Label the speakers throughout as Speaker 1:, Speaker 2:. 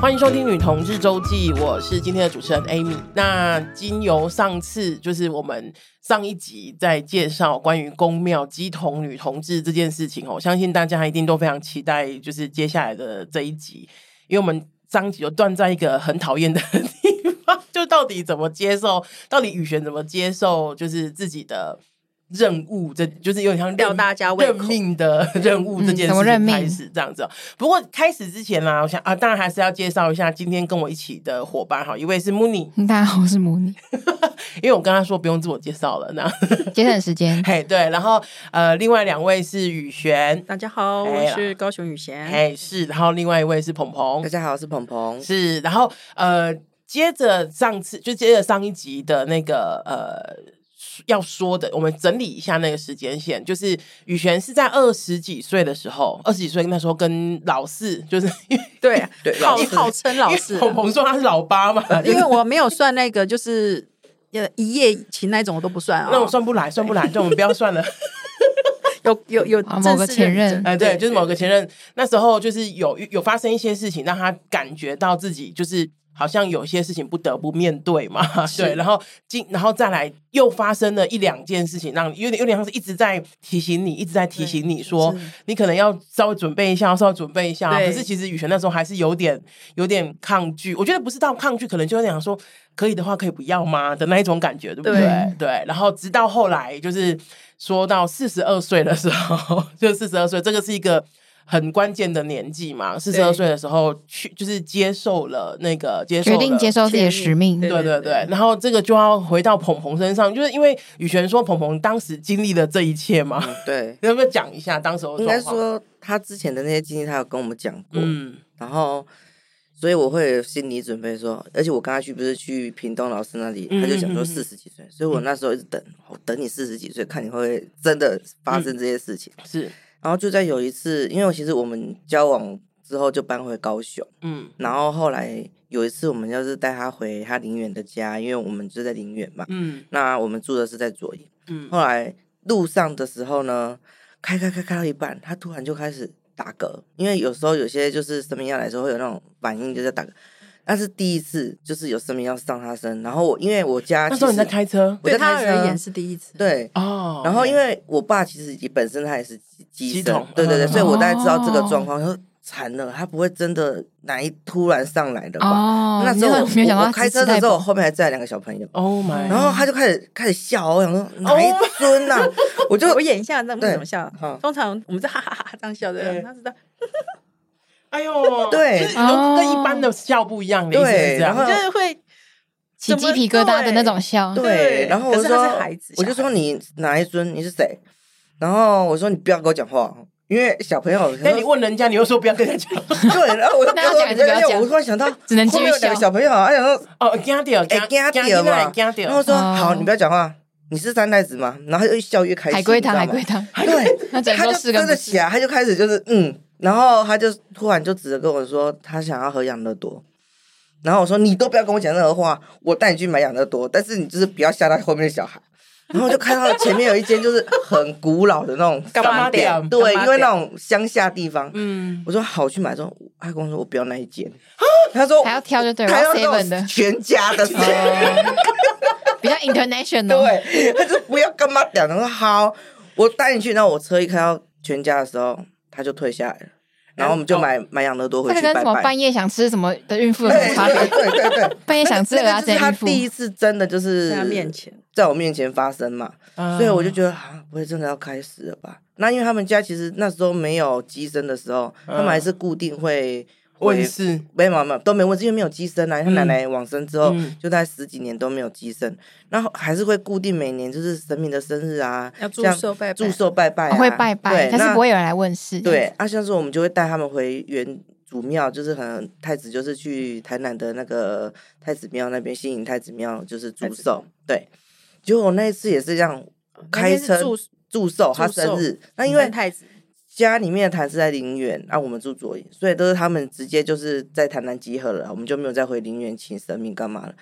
Speaker 1: 欢迎收听《女同志周记》，我是今天的主持人 Amy。那经由上次就是我们上一集在介绍关于公庙鸡同女同志这件事情哦，相信大家一定都非常期待，就是接下来的这一集，因为我们上一集就断在一个很讨厌的地方，就到底怎么接受，到底雨璇怎么接受，就是自己的。任务，这就是有点像
Speaker 2: 吊
Speaker 1: 任
Speaker 2: 大家胃
Speaker 1: 任
Speaker 2: 口
Speaker 1: 命的任务这件
Speaker 3: 嗯怎么
Speaker 1: 事
Speaker 3: 任
Speaker 1: 情
Speaker 3: 命
Speaker 1: 开始这样子哦、不过开始之前啦，我想啊，当然还是要介绍一下今天跟我一起的伙伴哈，一位是 Mooney，
Speaker 3: 大家好，我是母 女，
Speaker 1: 因为我跟他说不用自我介绍了，那。
Speaker 3: 节省时间
Speaker 1: 嘿对，然后呃，另外两位是雨璇，
Speaker 2: 大家好，
Speaker 1: 哎
Speaker 2: 我
Speaker 1: 呀哎
Speaker 2: 是高雄雨贤。
Speaker 1: 嘿是，然后另外一位是鹏鹏
Speaker 4: 大，家好，我是鹏鹏。
Speaker 1: 是，然后呃，接着上次就接着上一集的那个呃。要说的，我们整理一下那个时间线。就是雨璇是在二十几岁的时候，二十几岁那时候跟老四，就是 因为
Speaker 2: 对，啊
Speaker 4: 对
Speaker 2: 号
Speaker 4: 老师
Speaker 2: 号称老师
Speaker 1: 因为，
Speaker 2: 啊
Speaker 1: 鹏鹏说他是老八嘛， 就
Speaker 2: 因
Speaker 1: 是
Speaker 2: 为我没有算那个就是呃一夜情那种，我都不算啊。
Speaker 1: 那我算不来，算不来，就我们不要算 了。
Speaker 2: 有有有
Speaker 3: 啊
Speaker 2: 正式
Speaker 3: 某个前任
Speaker 2: 认证
Speaker 1: 哎，对，就是某个前任，那时候就是有有发生一些事情，让他感觉到自己就是好像有些事情不得不面对嘛， 对，然后进，然后再来又发生了一两件事情，让你有点有点像是一直在提醒你，一直在提醒你说
Speaker 2: 是
Speaker 1: 你可能要稍微准备一下，稍微准备一下。
Speaker 2: 对
Speaker 1: 可是其实雨璇那时候还是有点有点抗拒，我觉得不是到抗拒，可能就有点想说可以的话可以不要吗的那一种感觉，对不对？
Speaker 3: 对
Speaker 1: 对，然后直到后来就是说到四十二岁的时候， 就四十二岁，这个是一个很关键的年纪嘛。四十二岁的时候去，就是接受了那个接受
Speaker 3: 决定
Speaker 1: 了
Speaker 3: 接受自己的使命，
Speaker 2: 对
Speaker 1: 对对对，然后这个就要回到鹏鹏身上，就是因为雨璇说鹏鹏当时经历了这一切嘛，
Speaker 4: 对，
Speaker 1: 你要不要讲一下当时候的
Speaker 4: 嗯应该
Speaker 1: 状况？
Speaker 4: 说他之前的那些经历，他有跟我们讲过。
Speaker 1: 嗯，
Speaker 4: 然后，所以我会有心理准备说，而且我跟他去不是去屏东老师那里，
Speaker 1: 嗯
Speaker 4: 他就讲
Speaker 1: 嗯嗯
Speaker 4: 说四十几岁，所以我那时候一直等，我等你四十几岁，看你会不会真的发
Speaker 1: 嗯
Speaker 4: 生这些事情。
Speaker 1: 是，
Speaker 4: 然后就在有一次，因为其实我们交往之后就搬回高雄，
Speaker 1: 嗯
Speaker 4: 然后后来有一次我们就是带他回他林园的家，因为我们就在林园嘛。
Speaker 1: 嗯
Speaker 4: 那我们住的是在左营。
Speaker 1: 嗯，
Speaker 4: 后来路上的时候呢，开开开开到一半，他突然就开始打嗝，因为有时候有些就是生命药来的时候会有那种反应，就是打嗝。但是第一次就是有生命药上他身，然后我因为我
Speaker 1: 那
Speaker 4: 家啊其
Speaker 1: 时候你在
Speaker 4: 实
Speaker 1: 开车
Speaker 4: 我
Speaker 2: 对
Speaker 4: 在
Speaker 2: 他
Speaker 4: 开车
Speaker 2: 而言是第一次。
Speaker 4: 对，
Speaker 1: 哦，
Speaker 4: 然后因
Speaker 1: 为
Speaker 4: 为我爸其实本身他也是机
Speaker 1: 机
Speaker 4: 机
Speaker 1: 桶
Speaker 4: 生，对对对，
Speaker 1: 嗯
Speaker 4: 所以我大概知道这个
Speaker 3: 哦
Speaker 4: 状况，说惨了，他不会真的哪一突然上来的吧？
Speaker 3: 哦，
Speaker 4: 那
Speaker 3: 你
Speaker 4: 时候我
Speaker 3: 没有想
Speaker 4: 我
Speaker 3: 到
Speaker 4: 我开
Speaker 3: 他
Speaker 4: 车
Speaker 3: 姿
Speaker 4: 的
Speaker 3: 态
Speaker 4: 时候，我后面还载两个小朋友，
Speaker 1: Oh my，
Speaker 3: 哎
Speaker 4: 然后他就开始开始笑，我想说哪
Speaker 3: 哦
Speaker 4: 一
Speaker 1: Oh
Speaker 4: 尊呐、我就
Speaker 2: 我演一下，那
Speaker 4: 对
Speaker 2: 怎么笑
Speaker 4: 好？
Speaker 2: 通常我们是哈哈哈哈这样笑
Speaker 1: 对
Speaker 2: 的，他是这样
Speaker 1: 哎呦，
Speaker 4: 对
Speaker 1: 就是都跟一般的笑不一样的，
Speaker 4: 对
Speaker 1: 意思是这样
Speaker 4: 然后
Speaker 2: 就是会
Speaker 3: 起鸡皮疙瘩的那种笑，
Speaker 2: 对
Speaker 4: 对，然后
Speaker 2: 可
Speaker 4: 我
Speaker 2: 是
Speaker 4: 就
Speaker 2: 他
Speaker 4: 说
Speaker 2: 是孩子，
Speaker 4: 我就
Speaker 2: 小
Speaker 4: 说你哪一尊，你是谁？然后我说你不要跟我讲话，因为小朋友。
Speaker 1: 但你问人家，你又说不要跟他讲，
Speaker 4: 对，然后我就
Speaker 3: 那
Speaker 4: 跟
Speaker 3: 要
Speaker 4: 我
Speaker 3: 讲还是不要讲
Speaker 4: 我突然想到
Speaker 3: 只能继
Speaker 4: 后面
Speaker 3: 续
Speaker 4: 有
Speaker 3: 笑
Speaker 4: 两个。小朋友啊，然后
Speaker 1: 哦，惊掉，
Speaker 4: 哎惊掉嘛
Speaker 1: 惊掉
Speaker 4: 然，后说
Speaker 3: 哦
Speaker 4: 好，你不要讲话，你是三代子吗？然后他就越笑越开心，
Speaker 3: 海龟汤，
Speaker 4: 你
Speaker 3: 海
Speaker 4: 知道吗
Speaker 3: 龟汤，
Speaker 4: 对，
Speaker 3: 那只能
Speaker 4: 他
Speaker 3: 说
Speaker 4: 就是
Speaker 3: 跟
Speaker 4: 真
Speaker 3: 不
Speaker 4: 的起
Speaker 3: 是。
Speaker 4: 来，他就开始就是嗯，然后他就突然就指着跟我说他想要喝养乐多，然后我说你都不要跟我讲任何话，我带你去买养乐多，但是你就是不要吓到后面的小孩。然后我就看到前面有一间就是很古老的那种
Speaker 1: 干妈
Speaker 4: 商店
Speaker 1: 店
Speaker 4: 对，
Speaker 2: 干妈
Speaker 4: 因为那种乡下地方，
Speaker 1: 嗯，
Speaker 4: 我说好我去买，说他跟我说我不要那一间，他说
Speaker 3: 还要挑就对了，
Speaker 4: 他
Speaker 3: 我
Speaker 4: 要
Speaker 3: 要 seven
Speaker 4: 那
Speaker 3: 的
Speaker 4: 种，全家的对
Speaker 3: 比 较 international。
Speaker 4: 对，他就不要干嘛讲，然后好，我带你去。然后我车一开到全家的时候，他就退下来了，然后我们就
Speaker 3: 嗯
Speaker 4: 买买养乐多回
Speaker 3: 这
Speaker 4: 去
Speaker 3: 个哦跟
Speaker 4: 拜
Speaker 3: 什么
Speaker 4: 拜。
Speaker 3: 半夜想吃什么的孕妇有什么
Speaker 4: 对
Speaker 3: 差别？
Speaker 4: 对对对对，
Speaker 3: 半夜想吃
Speaker 4: 那
Speaker 3: 鹅
Speaker 4: 个
Speaker 3: 啊，
Speaker 4: 就是
Speaker 3: 这
Speaker 4: 他
Speaker 3: 孕妇
Speaker 4: 第一次真的就是
Speaker 2: 在他面前，
Speaker 4: 在我面前发生嘛，
Speaker 1: 所
Speaker 3: 嗯
Speaker 4: 所以我就觉得啊，不会真的要开始了吧？那因为他们家其实那时候没有机身的时候，
Speaker 3: 嗯
Speaker 4: 他们还是固定会
Speaker 1: 问
Speaker 4: 会
Speaker 1: 世，
Speaker 4: 没有没有没有都没问题，因为没有机身啊。因为
Speaker 1: 嗯
Speaker 4: 他奶奶往生之后，
Speaker 1: 嗯
Speaker 4: 就大概十几年都没有机身，然后还是会固定每年就是神明的生日啊，
Speaker 2: 要祝
Speaker 4: 像
Speaker 2: 寿拜拜
Speaker 4: 祝寿拜拜、啊，
Speaker 3: 哦会拜拜，
Speaker 4: 对，
Speaker 3: 但是
Speaker 4: 那
Speaker 3: 不会有人来问事。
Speaker 4: 对。啊，像是我们就会带他们回原主庙，就是很太子，就是去台南的那个太子庙那边，新营太子庙就是祝
Speaker 2: 太子
Speaker 4: 寿，对。结果我那一次也是这样，开车
Speaker 2: 祝
Speaker 4: 祝寿，他
Speaker 2: 祝寿
Speaker 4: 生日，那因为
Speaker 2: 太子
Speaker 4: 家里面的坛是在陵园，啊，我们住左营，所以都是他们直接就是在台南集合了，我们就没有再回陵园请神明干嘛了。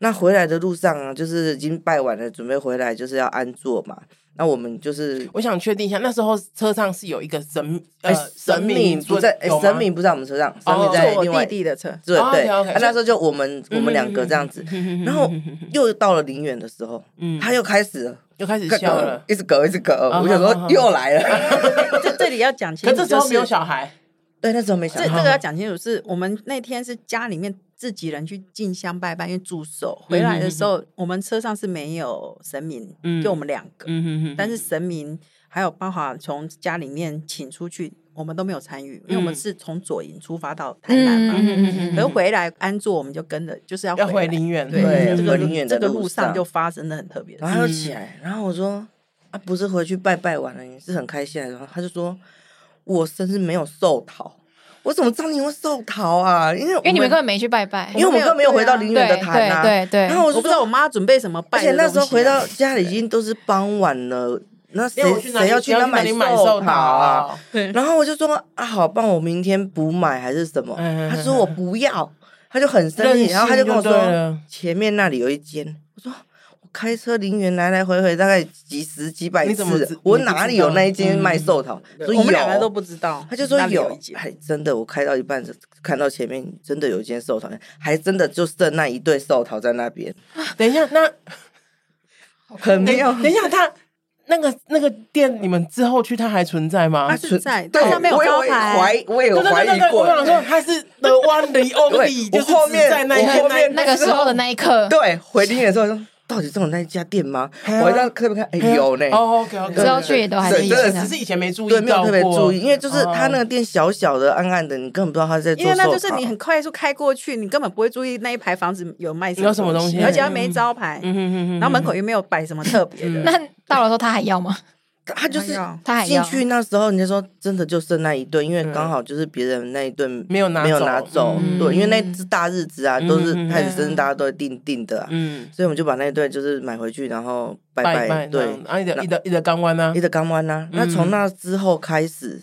Speaker 4: 那回来的路上啊，就是已经拜完了，准备回来就是要安坐嘛。那我们就是
Speaker 1: 我想确定一下，那时候车上是有一个神呃
Speaker 4: 哎
Speaker 1: 神明
Speaker 4: 不在，哎
Speaker 1: 有吗
Speaker 4: 神明不在我们车上，神
Speaker 1: 哦
Speaker 4: 明
Speaker 2: 坐
Speaker 4: 在
Speaker 2: 我
Speaker 4: 另外
Speaker 2: 弟弟的车，
Speaker 4: 对
Speaker 1: 哦嗯
Speaker 4: 对。
Speaker 1: ，OK，OK
Speaker 4: 啊那时候就我们我们两个这样子， 然后又到了陵园的时候，
Speaker 1: 嗯
Speaker 4: 他又开始了。
Speaker 1: 又开始
Speaker 4: 咯
Speaker 1: 笑了。
Speaker 4: 一直嗝，一直嗝。
Speaker 1: 啊
Speaker 4: 我想
Speaker 1: 好好
Speaker 4: 说
Speaker 1: 好
Speaker 4: 又来了。
Speaker 2: 这这里要讲清
Speaker 1: 可
Speaker 2: 楚，
Speaker 1: 这时候没有
Speaker 2: 就是
Speaker 1: 小孩，
Speaker 4: 对，那时候没想
Speaker 2: 这
Speaker 4: 到，
Speaker 2: 这个要讲清楚是，我们那天是家里面自己人去进香拜拜，因为祝寿。
Speaker 4: 嗯
Speaker 2: 回来的时候，我们车上是没有神明，
Speaker 1: 嗯
Speaker 2: 就我们两个，
Speaker 1: 嗯哼哼
Speaker 2: 但是神明还有包含从家里面请出去，我们都没有参与，因为我
Speaker 1: 嗯
Speaker 2: 们是从左营出发到台南
Speaker 3: 嗯
Speaker 2: 嘛。
Speaker 3: 嗯嗯嗯
Speaker 2: 可是
Speaker 3: 嗯，
Speaker 2: 回来安坐，我们就跟着就是要
Speaker 1: 要
Speaker 2: 回
Speaker 1: 回
Speaker 2: 来
Speaker 1: 陵园，
Speaker 2: 对，
Speaker 4: 对
Speaker 2: 这
Speaker 4: 回
Speaker 2: 个
Speaker 4: 陵园
Speaker 2: 这
Speaker 4: 的
Speaker 2: 个
Speaker 4: 路
Speaker 2: 路上
Speaker 4: 上啊
Speaker 2: 就发生了很特别的
Speaker 4: 然
Speaker 2: 事。
Speaker 4: 后他就起来，然后我说啊，不是回去拜拜完了，你是很开心来的吗？他就说我生日没有寿桃，我怎么知道你会寿桃啊？因为
Speaker 3: 因
Speaker 4: 因
Speaker 3: 为你们根本没去拜拜，
Speaker 4: 因为我们根本没有回到陵园
Speaker 3: 对
Speaker 4: 的坛啊。
Speaker 3: 对对对，
Speaker 4: 然后我
Speaker 2: 我
Speaker 4: 就
Speaker 2: 不知道我
Speaker 4: 说，
Speaker 2: 妈准备什么拜
Speaker 4: 而
Speaker 2: 的东西啊，
Speaker 4: 且那时候回到家里已经都是傍晚了，那谁
Speaker 1: 要我去哪
Speaker 4: 谁
Speaker 1: 里
Speaker 4: 要
Speaker 1: 要
Speaker 4: 去那
Speaker 1: 哪
Speaker 4: 买
Speaker 1: 里买
Speaker 4: 寿
Speaker 1: 寿
Speaker 4: 桃
Speaker 1: 桃
Speaker 4: 啊？
Speaker 1: 啊？
Speaker 4: 然后我就说啊，好棒，帮我明天补买还是什么？
Speaker 1: 嗯
Speaker 4: 他说我不要，他就很生
Speaker 1: 任
Speaker 4: 气，然后他就跟我
Speaker 1: 性就对了
Speaker 4: 说前面那里有一间，我说我开车陵园来来回回大概几十几百
Speaker 1: 你怎么
Speaker 4: 次
Speaker 1: 知
Speaker 4: 了，我
Speaker 1: 你不
Speaker 4: 哪里
Speaker 1: 知道
Speaker 4: 有那一
Speaker 1: 嗯
Speaker 4: 间卖寿桃？说
Speaker 2: 我们两个
Speaker 4: 有
Speaker 2: 都不知道，
Speaker 4: 他就说
Speaker 2: 那里有
Speaker 4: 有啊
Speaker 2: 一间，
Speaker 4: 还真的，我开到一半看到前面真的有一间寿桃，还真的就剩那一对寿桃在那边，
Speaker 1: 等一下， 那
Speaker 4: 很
Speaker 1: 等一
Speaker 4: 妙
Speaker 1: 下，。等一下，他那个那个店，你们之后去，它还存在吗
Speaker 2: 它？是在
Speaker 4: 对
Speaker 2: 它上面有
Speaker 4: 我
Speaker 2: 招
Speaker 4: 也
Speaker 2: 牌
Speaker 4: 怀，我也有
Speaker 1: 对对
Speaker 4: 怀
Speaker 1: 对对
Speaker 4: 疑
Speaker 1: 对，
Speaker 4: 过
Speaker 1: 我。想说它是 the one the
Speaker 4: 对
Speaker 1: only，就是
Speaker 4: 我后面
Speaker 1: 只在那一
Speaker 4: 我后面
Speaker 3: 那个时候的那一刻，
Speaker 4: 对，回陵园的时候说，到底这种那一家店吗？
Speaker 1: 啊
Speaker 4: 我让客人看，哎、有呢。
Speaker 1: 哦，OK OK，
Speaker 3: 之后去也都还是
Speaker 4: 对
Speaker 3: 疫
Speaker 4: 真的
Speaker 3: 情
Speaker 1: 只
Speaker 3: 啊
Speaker 1: 是以前没注意
Speaker 4: 对，
Speaker 1: 到，哦
Speaker 4: 没有特别注意，因为就是他那个店小小的、暗暗的，你根本不知道他在做
Speaker 2: 因为
Speaker 4: 寿
Speaker 2: 那
Speaker 4: 桃。
Speaker 2: 就是你很快速开过去，你根本不会注意那一排房子有卖什
Speaker 1: 有什么
Speaker 2: 东
Speaker 1: 东西
Speaker 2: 而且它没招牌，
Speaker 1: 嗯哼哼哼
Speaker 2: 然后门口又没有摆什么特别的。
Speaker 3: 那到了时候他还要吗？
Speaker 4: 他
Speaker 1: 哎
Speaker 4: 就是
Speaker 3: 他还
Speaker 4: 进
Speaker 3: 要
Speaker 4: 去那时候，人家说真的就剩那一顿，因为刚好就是别人那一顿
Speaker 1: 没有拿
Speaker 4: 没有
Speaker 1: 走
Speaker 4: 拿走，
Speaker 1: 嗯
Speaker 4: 对，因为那是大日子啊，都是
Speaker 1: 嗯嗯嗯
Speaker 4: 太子生日大家都会定定的啊，
Speaker 1: 嗯，
Speaker 4: 所以我们就把那一顿就是买回去，然后拜
Speaker 1: 拜拜这
Speaker 4: 对
Speaker 1: 样，啊，一的一嗯的一的港湾呢
Speaker 4: 一，直刚完呐。那从那之后开始，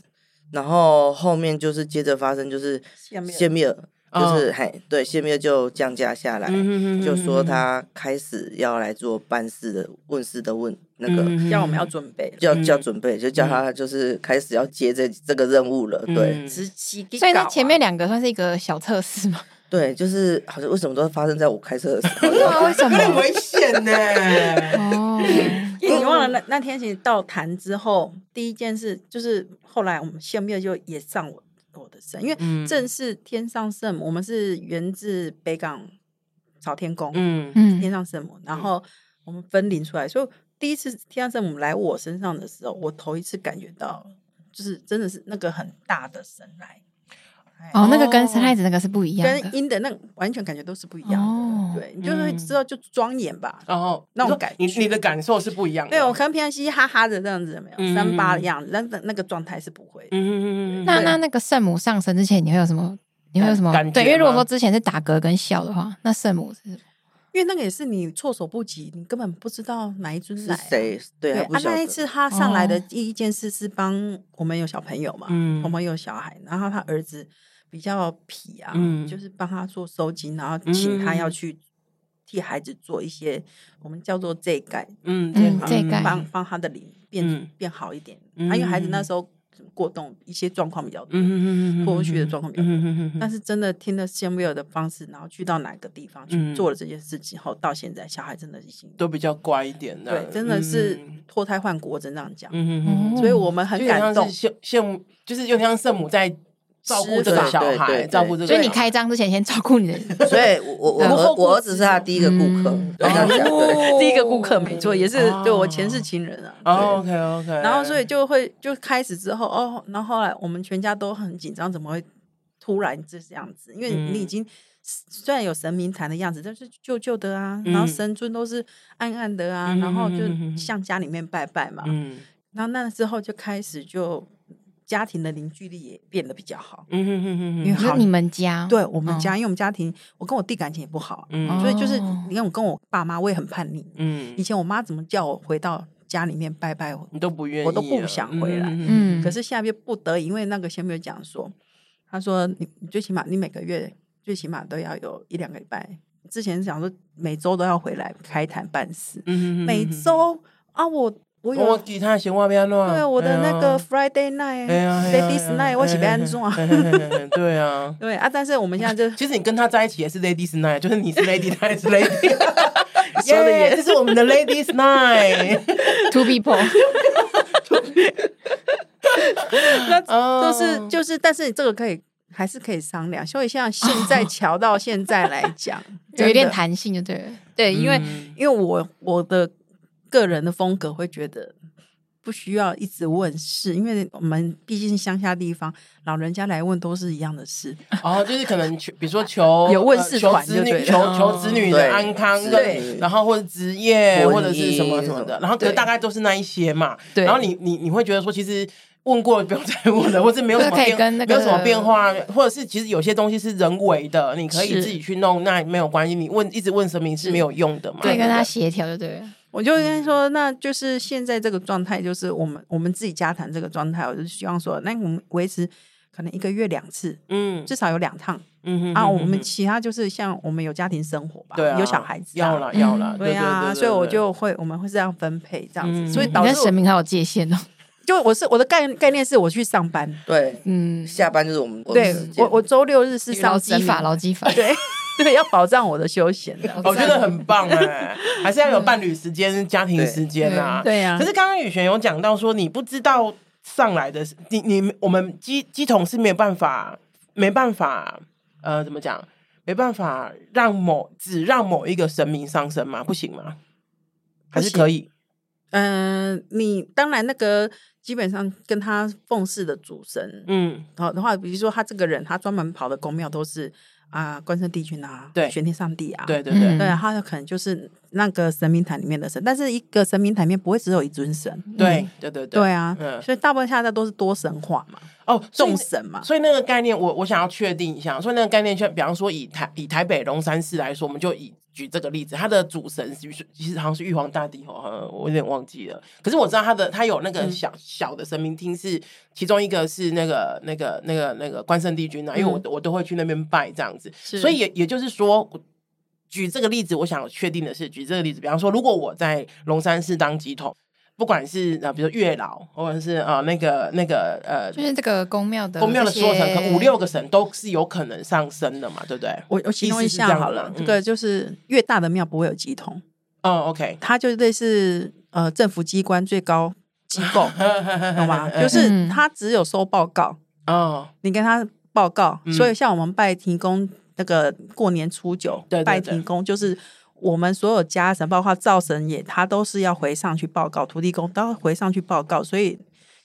Speaker 4: 然后后面就是接着发生就是
Speaker 2: 下面
Speaker 4: 谢密尔，就
Speaker 1: 哦
Speaker 4: 是嘿，对，谢密尔就降价下来，
Speaker 1: 嗯哼哼哼
Speaker 4: 就说他开始要来做办事的问事的问那
Speaker 1: 嗯
Speaker 4: 个，
Speaker 2: 要我们要准备了，
Speaker 4: 叫叫准备，就叫他就是开始要接这这个任务了。对
Speaker 1: 嗯
Speaker 2: 直击给
Speaker 3: 所以
Speaker 2: 搞
Speaker 3: 那
Speaker 2: 啊
Speaker 3: 前面两个算是一个小测 试嘛？。
Speaker 4: 对，就是好像为什么都会发生在我开车的时候
Speaker 3: 啊，为什么？
Speaker 1: 危险呢，
Speaker 3: 哦，
Speaker 2: 因为你忘了那那天其实到坛之后，第一件事就是后来我们下面就也上我我的身，因
Speaker 1: 嗯
Speaker 2: 为正是天上圣母，我们是源自北港朝天宫，
Speaker 1: 嗯
Speaker 2: 天
Speaker 3: 嗯，
Speaker 2: 上圣母，然后我们分灵出来，所以第一次天上圣母来我身上的时候，我头一次感觉到，就是真的是那个很大的神来，哎
Speaker 3: 哦，那个跟三太子那个是不一样
Speaker 2: 跟
Speaker 3: 的，
Speaker 2: 阴的那个完全感觉都是不一样的，
Speaker 3: 哦
Speaker 2: 对，你就会
Speaker 1: 嗯
Speaker 2: 知道就庄严吧。
Speaker 1: 然后
Speaker 2: 那种
Speaker 1: 你说
Speaker 2: 感觉
Speaker 1: 你你的感受是不一样的，
Speaker 2: 对我可能平常嘻嘻哈哈的这样子，有没有
Speaker 1: 嗯
Speaker 2: 三八的样子，但那那个状态是不会的。
Speaker 1: 嗯哼哼哼哼
Speaker 3: 那
Speaker 2: 对
Speaker 3: 那那个圣母上身之前，你会有什么？你会有什么
Speaker 1: 感感？觉
Speaker 3: 对，因为如果
Speaker 1: 吗
Speaker 3: 说之前是打嗝跟笑的话，那圣母是
Speaker 2: 因为那个也是你措手不及，你根本不知道哪一尊
Speaker 4: 是
Speaker 2: 来啊、
Speaker 4: 谁？
Speaker 2: 对
Speaker 4: 对，还
Speaker 2: 啊
Speaker 4: 不，晓
Speaker 2: 那
Speaker 4: 得哦
Speaker 2: 一。次他上来的
Speaker 3: 哦
Speaker 2: 第一件事是帮我们有小朋友嘛，
Speaker 1: 嗯
Speaker 2: 我们有小孩，然后他儿子比较痞啊，
Speaker 1: 嗯
Speaker 2: 就是帮他做收金，然后请他要去替孩子做一些我们叫做这改，
Speaker 1: 嗯
Speaker 3: 嗯
Speaker 1: 这
Speaker 3: 这
Speaker 1: 个
Speaker 3: 盖
Speaker 2: 帮帮他的灵变、
Speaker 1: 嗯
Speaker 2: 变好一点。
Speaker 1: 嗯
Speaker 2: 啊，因为孩子那时候过动，一些状况比较多，
Speaker 1: 嗯
Speaker 2: 脱序的状况比较多。
Speaker 1: 嗯
Speaker 2: 但
Speaker 1: 是
Speaker 2: 是真的听了 Samuel 的方式，然后去到哪个地方去
Speaker 1: 嗯
Speaker 2: 做了这件事情后，到现在小孩真的已经
Speaker 1: 都比较乖一点的，
Speaker 2: 对，真的是
Speaker 1: 嗯
Speaker 2: 脱胎换骨，我真这样讲。
Speaker 1: 嗯哼哼
Speaker 3: 嗯
Speaker 1: 哼，
Speaker 2: 所以我们很
Speaker 1: 就有
Speaker 2: 感
Speaker 1: 点
Speaker 2: 动
Speaker 1: 像是。圣圣母，就是有点像圣母在照顾这
Speaker 2: 施
Speaker 1: 个
Speaker 2: 法
Speaker 1: 小
Speaker 4: 对对
Speaker 1: 孩，
Speaker 4: 对
Speaker 1: 照顾这个小
Speaker 3: 所
Speaker 2: 啊
Speaker 1: 孩，
Speaker 3: 以你开张之前先照顾你的，
Speaker 4: 所以我我我
Speaker 3: 嗯
Speaker 4: 儿
Speaker 1: 后顾
Speaker 4: 我儿子
Speaker 1: 之
Speaker 4: 是他第一个顾客
Speaker 3: 嗯，
Speaker 4: 我这样讲 对。
Speaker 2: 第一个顾客没错，也是
Speaker 1: 哦
Speaker 2: 对我前世情人啊。
Speaker 1: 哦，OK OK，
Speaker 2: 对然后所以就会就开始之后哦，然后后来我们全家都很紧张，怎么会突然就这样子？因为
Speaker 1: 嗯
Speaker 2: 你已经、虽然有神明坛的样子，但是旧旧的啊，
Speaker 1: 嗯
Speaker 2: 然后神尊都是暗暗的啊，
Speaker 1: 嗯
Speaker 2: 然后就
Speaker 1: 嗯嗯嗯嗯
Speaker 2: 向家里面拜拜嘛。
Speaker 1: 嗯
Speaker 2: 然后那之后就开始就家庭的凝聚力也变得比较好。
Speaker 1: 嗯哼哼哼哼
Speaker 2: 因为
Speaker 3: 就是
Speaker 2: 好
Speaker 3: 你们家，
Speaker 2: 对我们
Speaker 1: 哦
Speaker 3: 嗯
Speaker 2: 家，因为我们家庭，我跟我弟感情也不好啊，
Speaker 1: 嗯
Speaker 2: 所以就是
Speaker 3: 哦
Speaker 2: 你看我跟我爸妈，我也很叛逆。以
Speaker 1: 嗯，
Speaker 2: 前我妈怎么叫我回到家里面拜拜，
Speaker 1: 你都不愿意，啊
Speaker 2: 我都不想回来
Speaker 3: 嗯，
Speaker 2: 可是下面不得已，因为那个先没有讲说，她说你你最起码你每个月最起码都要有一两个礼拜之前想说每周都要回来开坛办事，
Speaker 1: 嗯哦
Speaker 2: 每周啊，我我有
Speaker 1: 我吉他闲话别乱，
Speaker 2: 对啊我的那个 Friday
Speaker 1: 哎呀
Speaker 2: night、
Speaker 1: 哎呀
Speaker 2: Ladies
Speaker 1: 哎
Speaker 2: night，
Speaker 1: 呀
Speaker 2: 我是被
Speaker 1: 哎呀
Speaker 2: 安装。
Speaker 1: 哎呀哎呀哎呀对啊。
Speaker 2: 对啊，但是我们现 在就
Speaker 1: 其实你跟他在一起也是 Ladies Night，就是你是 Lady，他也是 Lady，
Speaker 4: 说得也
Speaker 1: 耶这是我们的 Ladies Night，
Speaker 3: ，Two people，
Speaker 1: 那
Speaker 2: 就是就是，但是这个可以还是可以商量。所以像现在
Speaker 1: 哦
Speaker 2: 瞧到现在 来讲，
Speaker 3: 有一
Speaker 2: 真
Speaker 3: 点
Speaker 2: 的
Speaker 3: 弹性就对了。
Speaker 2: 对，因为、
Speaker 1: 嗯
Speaker 2: 因为我我的个人的风格会觉得不需要一直问事，因为我们毕竟是乡下地方，老人家来问都是一样的事。
Speaker 1: 哦，就是可能求，比如说求
Speaker 2: 有问
Speaker 1: 呃
Speaker 2: 世
Speaker 1: 求
Speaker 2: 团
Speaker 1: 子
Speaker 2: 就对
Speaker 1: 女，
Speaker 2: 了
Speaker 1: 求求子女
Speaker 4: 对
Speaker 1: 的安康，
Speaker 4: 是
Speaker 1: 对，然后或者职业
Speaker 4: 婚姻
Speaker 1: 或者是什么什么
Speaker 4: 什
Speaker 1: 的
Speaker 4: 么，
Speaker 1: 然后可是
Speaker 2: 对
Speaker 1: 大概都是那一些嘛。
Speaker 2: 对
Speaker 1: 然后你你你会觉得说，其实问过了不用再问了，或者没有什么
Speaker 3: 可以
Speaker 1: 变，
Speaker 3: 跟那个
Speaker 1: 没有什么变化，或者是其实有些东西是人为的，你可以
Speaker 2: 是
Speaker 1: 自己去弄，那没有关系。你问一直问神明是没有用的嘛。
Speaker 3: 可以跟
Speaker 1: 对
Speaker 3: 他
Speaker 1: 不
Speaker 3: 协调就对了。
Speaker 2: 我就应该
Speaker 1: 嗯
Speaker 2: 说，那就是现在这个状态，就是我们我们自己家谈这个状态，我就希望说，那我们维持可能一个月两次，
Speaker 1: 对嗯
Speaker 2: 至少有两趟。
Speaker 1: 嗯哼
Speaker 2: 啊，
Speaker 1: 哼
Speaker 2: 我
Speaker 1: 哼
Speaker 2: 们
Speaker 1: 哼
Speaker 2: 其他就是像我们有家庭生活吧，
Speaker 1: 对啊
Speaker 2: 有小孩子、啊，
Speaker 1: 要了要
Speaker 3: 嗯
Speaker 1: 了，
Speaker 2: 对啊，
Speaker 1: 对
Speaker 2: 所以我
Speaker 1: 对
Speaker 2: 就会我们会这样分配这样子，
Speaker 1: 嗯
Speaker 2: 所以
Speaker 1: 你
Speaker 3: 你
Speaker 2: 导
Speaker 3: 跟
Speaker 2: 致
Speaker 3: 神
Speaker 2: 我
Speaker 3: 明还有界限哦。
Speaker 2: 就我是我的概概念是我去上班，
Speaker 4: 对，
Speaker 3: 嗯，
Speaker 4: 下班就是我们
Speaker 2: 对
Speaker 4: 们时间
Speaker 2: 我我周六日是
Speaker 3: 劳
Speaker 2: 上
Speaker 3: 基
Speaker 2: 神
Speaker 3: 法，
Speaker 2: 明，
Speaker 3: 劳基 法。
Speaker 2: 对对，要保障我的休闲啊的，
Speaker 1: 我觉得很棒哎、还是要有伴侣时间、家庭时间啊。
Speaker 2: 对啊
Speaker 1: 可，是刚刚雨璇有讲到说，你不知道上来的是你你我们机机筒是没有办法没办法呃怎么讲？没办法让某只让某一个神明上身吗？不行吗？还是可以？
Speaker 2: 嗯、你当然那个基本上跟他奉祀的主神，
Speaker 1: 嗯，
Speaker 2: 好的话，比如说他这个人，他专门跑的宫庙都是啊关圣帝君啊，
Speaker 1: 对
Speaker 2: 玄天上帝啊，
Speaker 1: 对对对、
Speaker 3: 嗯
Speaker 2: 对啊，他有可能就是那个神明坛里面的神，但是一个神明坛里面不会只有一尊神。
Speaker 1: 对对对
Speaker 2: 嗯对啊，
Speaker 1: 嗯
Speaker 2: 所以大部分现在都是多神化嘛，
Speaker 1: 哦，所以
Speaker 2: 众神嘛。
Speaker 1: 所以那个概念我，我想要确定一下。所以那个概念，像比方说以台以台北龙山寺来说，我们就以举这个例子，它的主神其实其实好像是玉皇大帝哦，好像我有点忘记了。可是我知道它的它有那
Speaker 3: 嗯
Speaker 1: 个小、小的神明厅是，其中一个是那个那个那个那个关圣帝君啊，
Speaker 3: 嗯
Speaker 1: 因为我、我都会去那边拜这样子，
Speaker 2: 是
Speaker 1: 所以也也就是说。举这个例子，我想确定的是，举这个例子，比方说，如果我在龙山寺当鸡桶，不管是呃，比如说月老，或者是呃那个那个呃，
Speaker 3: 就是这个宫庙的
Speaker 1: 宫庙的
Speaker 3: 这
Speaker 1: 所有神，
Speaker 3: 些
Speaker 1: 可能五六个神都是有可能上升的嘛，对不对？
Speaker 2: 我我形容一
Speaker 1: 意思是这
Speaker 2: 下
Speaker 1: 样
Speaker 2: 好了
Speaker 1: 吗，
Speaker 2: 这嗯个就是越大的庙不会有鸡童，
Speaker 1: 哦，OK，
Speaker 2: 它就类似呃政府机关最高机 构，懂吗？就是
Speaker 3: 嗯
Speaker 2: 它只有收报告，
Speaker 1: 哦，
Speaker 2: 你跟他报告。
Speaker 1: 嗯
Speaker 2: 所以像我们拜提供那个过年初九
Speaker 1: 对对
Speaker 2: 拜
Speaker 1: 对
Speaker 2: 提供，就是我们所有家神，包括灶神也，他都是要回上去报告，土地公都要回上去报告，所以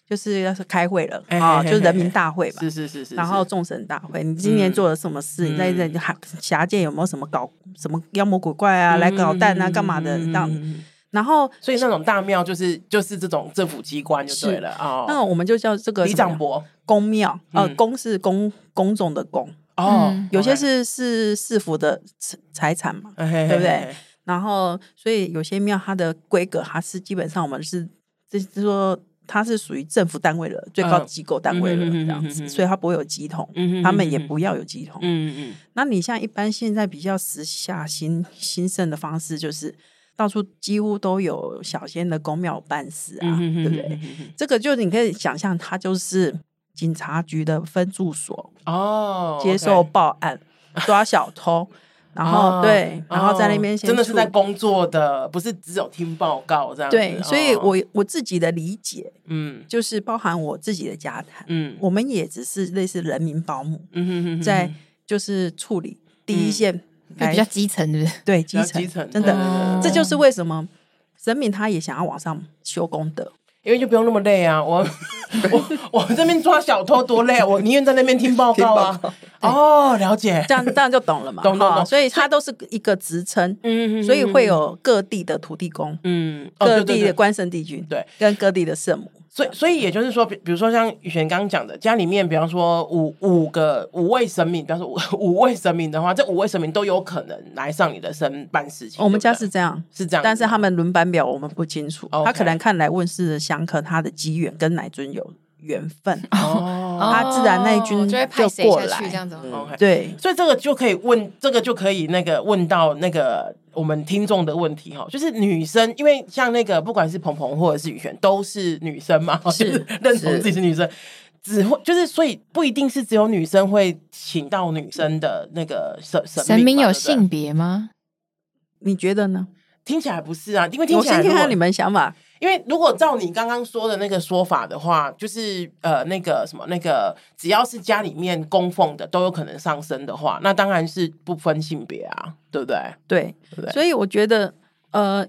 Speaker 2: 就是要是开会了
Speaker 1: 哎
Speaker 2: 啊，
Speaker 1: 嘿嘿
Speaker 2: 就是人
Speaker 1: 嘿
Speaker 2: 民
Speaker 1: 嘿
Speaker 2: 大会嘛。
Speaker 1: 是是是是，
Speaker 2: 然后众神大会，你今年
Speaker 1: 嗯
Speaker 2: 做了什么事？你在在
Speaker 1: 嗯
Speaker 2: 哈辖界有没有什么搞什么妖魔鬼怪啊，来搞蛋啊，干嘛的？这样，
Speaker 1: 嗯
Speaker 2: 然后
Speaker 1: 所以那种大庙就是就是这种政府机关就对了
Speaker 2: 那
Speaker 1: 哦。
Speaker 2: 我们就叫这个
Speaker 1: 李
Speaker 2: 什么
Speaker 1: 长伯
Speaker 2: 公庙，呃，
Speaker 1: 嗯
Speaker 2: 公是公公众的公，
Speaker 1: 哦
Speaker 3: 嗯，
Speaker 2: 有些是是市府的财财产嘛，
Speaker 1: 对
Speaker 2: 对不对？然后所以有些庙它的规格，它是基本上我们是就是说它是属于政府单位了，最高
Speaker 1: 嗯
Speaker 2: 机构单位了
Speaker 1: 嗯哼
Speaker 2: 这样
Speaker 1: 嗯哼嗯
Speaker 2: 子，
Speaker 1: 哼
Speaker 2: 所以它不会有鸡桶
Speaker 1: 嗯哼，
Speaker 2: 他们也
Speaker 1: 嗯哼
Speaker 2: 不要有鸡桶。
Speaker 1: 嗯嗯
Speaker 2: 那你像一般现在比较时下兴兴盛的方式，就是到处几乎都有小仙的公庙办事啊，
Speaker 1: 嗯，
Speaker 2: 对不对？？这个就你可以想象，它就是警察局的分驻所，
Speaker 1: 哦，
Speaker 2: 接受报案、抓 小偷，然后、
Speaker 1: 哦
Speaker 2: 对，然后在那边
Speaker 1: 哦
Speaker 2: 先
Speaker 1: 真的是
Speaker 2: 处
Speaker 1: 在工作的，不是只有听报告这样子。
Speaker 2: 对，所以
Speaker 1: 哦
Speaker 2: 我我自己的理解
Speaker 1: 嗯
Speaker 2: 就是包含我自己的家谈，
Speaker 1: 嗯
Speaker 2: 我们也只是类似人民保姆，
Speaker 1: 嗯哼哼哼
Speaker 2: 在就是处理第一线
Speaker 3: 就
Speaker 2: 来、
Speaker 3: 比较基层，对不对？
Speaker 2: 对
Speaker 1: 比
Speaker 2: 基
Speaker 1: 较
Speaker 2: 层，
Speaker 1: 基层
Speaker 2: 真的，
Speaker 1: 对对对对
Speaker 2: 这就是为什么神明他也想要往上修功德，
Speaker 1: 因为就不用那么累啊。 我我我这边抓小偷多累啊，我宁愿在那边听报告啊。哦，了解
Speaker 2: 这。样这样就懂了嘛，
Speaker 1: 懂懂
Speaker 2: 哈
Speaker 1: 懂
Speaker 2: 所以他都是一个职称，
Speaker 1: 嗯
Speaker 2: 所以会有各地的土地公。
Speaker 1: 嗯哦
Speaker 2: 各
Speaker 1: 对对
Speaker 2: 地的
Speaker 1: 对
Speaker 2: 关圣帝君，
Speaker 1: 对，
Speaker 2: 跟各地的圣母，
Speaker 1: 所以所以也就是说，比比如说像宇璇刚刚讲的，家里面比方说五五个五位神明，比方说五 五位神明的话，这五位神明都有可能来上你的身办事情。
Speaker 2: 哦我们家
Speaker 1: 对
Speaker 2: 是
Speaker 1: 不对
Speaker 2: 这样，
Speaker 1: 是这样子吗，
Speaker 2: 但是他们轮班表我们不清楚，
Speaker 1: OK
Speaker 2: 他可能看来问世的香客他的机缘跟哪尊有缘分。
Speaker 1: 哦
Speaker 2: 他自然那一军
Speaker 3: 哦就会派谁
Speaker 2: 就过
Speaker 3: 下去
Speaker 2: 来
Speaker 3: 这样子吗。
Speaker 4: 嗯
Speaker 1: ，OK，
Speaker 2: 对，
Speaker 1: 所以这个就可以问，这个就可以那个问到那个我们听众的问题哈，就是女生，因为像那个不管是鹏鹏或者是雨璇，都是女生嘛，就是认同自己是女生，只会就是所以不一定是只有女生会请到女生的那个神神
Speaker 3: 神明
Speaker 1: 嘛
Speaker 3: 有，
Speaker 1: 对不对
Speaker 3: 性别吗？
Speaker 2: 你觉得呢？
Speaker 1: 听起来不是啊，因为听
Speaker 2: 我
Speaker 1: 起来
Speaker 2: 先听
Speaker 1: 如果
Speaker 2: 看你们想法。
Speaker 1: 因为如果照你刚刚说的那个说法的话，就是呃那个什么那个，只要是家里面供奉的都有可能上升的话，那当然是不分性别啊，对不对？
Speaker 2: 对，
Speaker 1: 对不对？
Speaker 2: 所以我觉得，呃，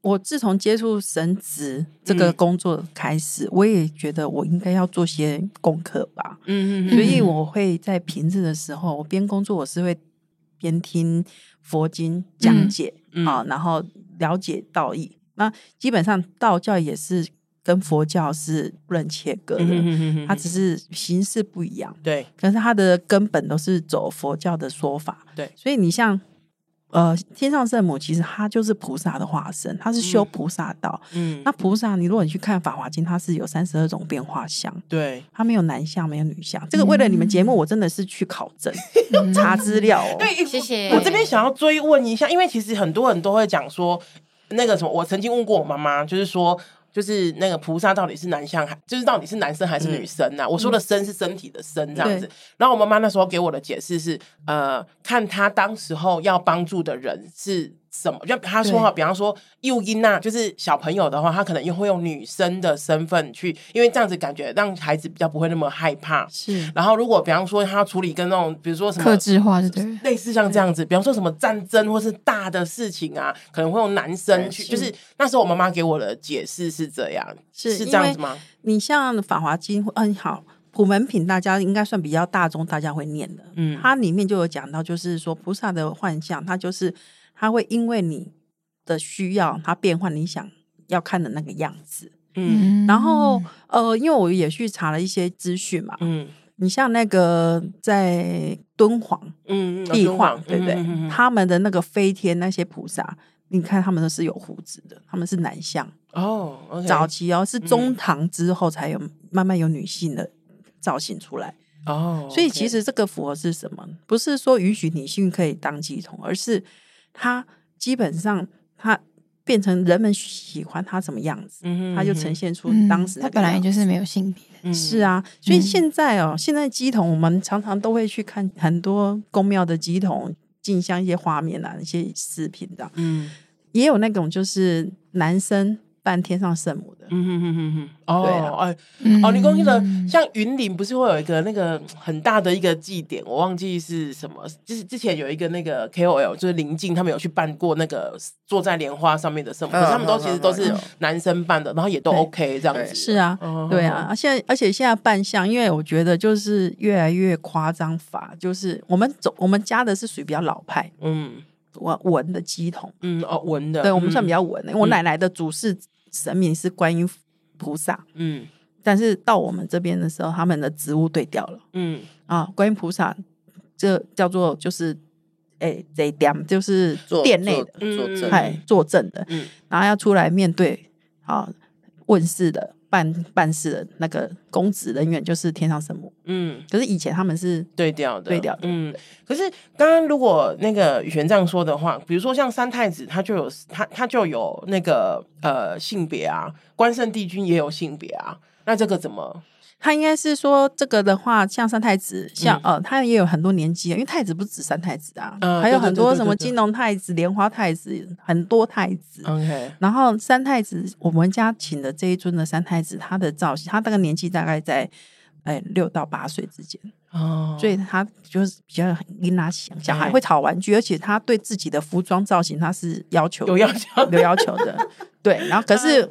Speaker 2: 我自从接触神职这个
Speaker 1: 嗯
Speaker 2: 工作开始，我也觉得我应该要做些功课吧。
Speaker 1: 嗯
Speaker 2: 所以我会在平日的时候，我边工作，我是会边听佛经讲解
Speaker 1: 嗯嗯
Speaker 2: 啊、然后了解道义。那基本上道教也是跟佛教是不能切割的，
Speaker 1: 嗯
Speaker 2: 它只是形式不一样。
Speaker 1: 对
Speaker 2: 可是它的根本都是走佛教的说法。
Speaker 1: 对
Speaker 2: 所以你像呃，天上圣母其实她就是菩萨的化身，她是修
Speaker 1: 嗯
Speaker 2: 菩萨道。
Speaker 1: 嗯
Speaker 2: 那菩萨，你如果你去看《法华经》，它是有三十二种变化相，
Speaker 1: 对，
Speaker 2: 它没有男相，没有女相。嗯这个为了你们节目，我真的是去考证、
Speaker 3: 嗯
Speaker 2: 查资料 哦。
Speaker 1: 对，
Speaker 3: 谢谢
Speaker 1: 我这边想要追问一下，因为其实很多人都会讲说，那个什么，我曾经问过我妈妈，就是说。就是那个菩萨到底是男相还，就是到底是男生还是女生呐、啊？我说的生是身体的身这样子
Speaker 2: 嗯对。
Speaker 1: 然后我妈妈那时候给我的解释是，呃，看她当时候要帮助的人是什么。就她说哈，
Speaker 2: 对
Speaker 1: 比方说幼婴呐，就是小朋友的话，她可能又会用女生的身份去，因为这样子感觉让孩子比较不会那么害怕。
Speaker 2: 是
Speaker 1: 然后如果比方说他要处理跟那种，比如说什么
Speaker 3: 克制化，对不 对？
Speaker 1: 类似像这样子，比方说什么战争或是大的事情啊，可能会用男生
Speaker 4: 对
Speaker 1: 去，
Speaker 4: 是
Speaker 1: 就是那时候我妈妈给我的解释是这样，
Speaker 2: 是
Speaker 1: 是这
Speaker 2: 因
Speaker 1: 样
Speaker 2: 为
Speaker 1: 子吗？
Speaker 2: 你像《法华经》，嗯，好，普门品大家应该算比较大众，大家会念的。
Speaker 1: 嗯
Speaker 2: 它里面就有讲到，就是说菩萨的幻象，它就是它会因为你的需要，它变换你想要看的那个样子。
Speaker 1: 嗯
Speaker 2: 然后呃，因为我也去查了一些资讯嘛，
Speaker 1: 嗯
Speaker 2: 你像那个在敦煌
Speaker 1: 嗯，嗯
Speaker 2: 地晃，对不对？
Speaker 1: 嗯嗯嗯嗯
Speaker 2: 他们的那个飞天那些菩萨。你看他们都是有胡子的，他们是男相。
Speaker 1: 哦，OK，
Speaker 2: 早期哦，是中
Speaker 1: 嗯
Speaker 2: 唐之后才有、慢慢有女性的造型出来。
Speaker 1: 哦，
Speaker 2: 所以其实这个符合是什么？不是说允许女性可以当鸡童，而是它基本上它变成人们喜欢它什么样子，
Speaker 1: 嗯
Speaker 2: 它就呈现出
Speaker 3: 嗯
Speaker 2: 当时那
Speaker 3: 他
Speaker 2: 个
Speaker 3: 本来
Speaker 2: 样
Speaker 3: 就是
Speaker 2: 子
Speaker 3: 没有性别的，
Speaker 2: 是，啊。所以
Speaker 3: 嗯
Speaker 2: 现在哦，现在鸡童我们常常都会去看很多宫庙的鸡童进香一些画面啊，一些视频的，啊
Speaker 1: 嗯
Speaker 2: 也有那种就是男生扮天上圣母的
Speaker 1: 嗯，嗯嗯嗯嗯，哦，
Speaker 2: 对啊
Speaker 1: 哎，
Speaker 3: 嗯
Speaker 1: 哦，你公记的像云林不是会有一个那个很大的一个祭典，我忘记是什么，就是之前有一个那个 KOL，就是林静他们有去办过那个坐在莲花上面的圣母，
Speaker 4: 嗯
Speaker 1: 可是他们都其实都是
Speaker 4: 嗯嗯嗯
Speaker 1: 男生办的，然后也都
Speaker 2: 对
Speaker 1: OK 这样子，
Speaker 4: 对
Speaker 2: 是啊，
Speaker 1: 哦
Speaker 2: 对啊，，现在而且现在扮相，因为我觉得就是越来越夸张法，就是我们走我们家的是属于比较老派
Speaker 1: 嗯
Speaker 2: 文文的鸡桶，
Speaker 1: 嗯哦文的，
Speaker 2: 对我们算比
Speaker 1: 较
Speaker 2: 较文的。我奶奶的主事神明是观音菩萨，
Speaker 1: 嗯
Speaker 2: 但是到我们这边的时候，他们的职务对调了
Speaker 1: 嗯
Speaker 2: 啊，观音菩萨这叫做就是哎这点就是
Speaker 4: 做
Speaker 2: 殿内的，
Speaker 4: 做做
Speaker 1: 嗯
Speaker 4: 证，
Speaker 2: 哎坐镇的，
Speaker 1: 嗯
Speaker 2: 然后要出来面对啊问世的办办事的那个公职人员就是天上圣母。
Speaker 1: 嗯
Speaker 2: 可是以前他们是
Speaker 1: 对调的
Speaker 2: 对调的
Speaker 1: 嗯。可是刚刚如果那个宇璇这样说的话，比如说像三太子，他就有他他就有那个呃性别啊，关圣帝君也有性别啊，那这个怎么？
Speaker 2: 他应该是说这个的话，像三太子，像、呃，他也有很多年纪，因为太子不止三太子啊，
Speaker 1: 嗯
Speaker 2: 还有
Speaker 1: 对对
Speaker 2: 很
Speaker 1: 对
Speaker 2: 多
Speaker 1: 对
Speaker 2: 什
Speaker 1: 对
Speaker 2: 么
Speaker 1: 对嗯
Speaker 2: 金龙太子、莲花太子，很多太子。
Speaker 1: OK，
Speaker 2: 然后三太子，我们家请的这一尊的三太子，他的造型，他那个年纪大概在哎六到八岁之间，
Speaker 1: 哦，
Speaker 2: 所以他就是比较跟他想，小孩
Speaker 1: 嗯
Speaker 2: 会讨玩具，而且他对自己的服装造型他是要求
Speaker 1: 有要求， 嗯
Speaker 2: 有要求 的。对，然后可是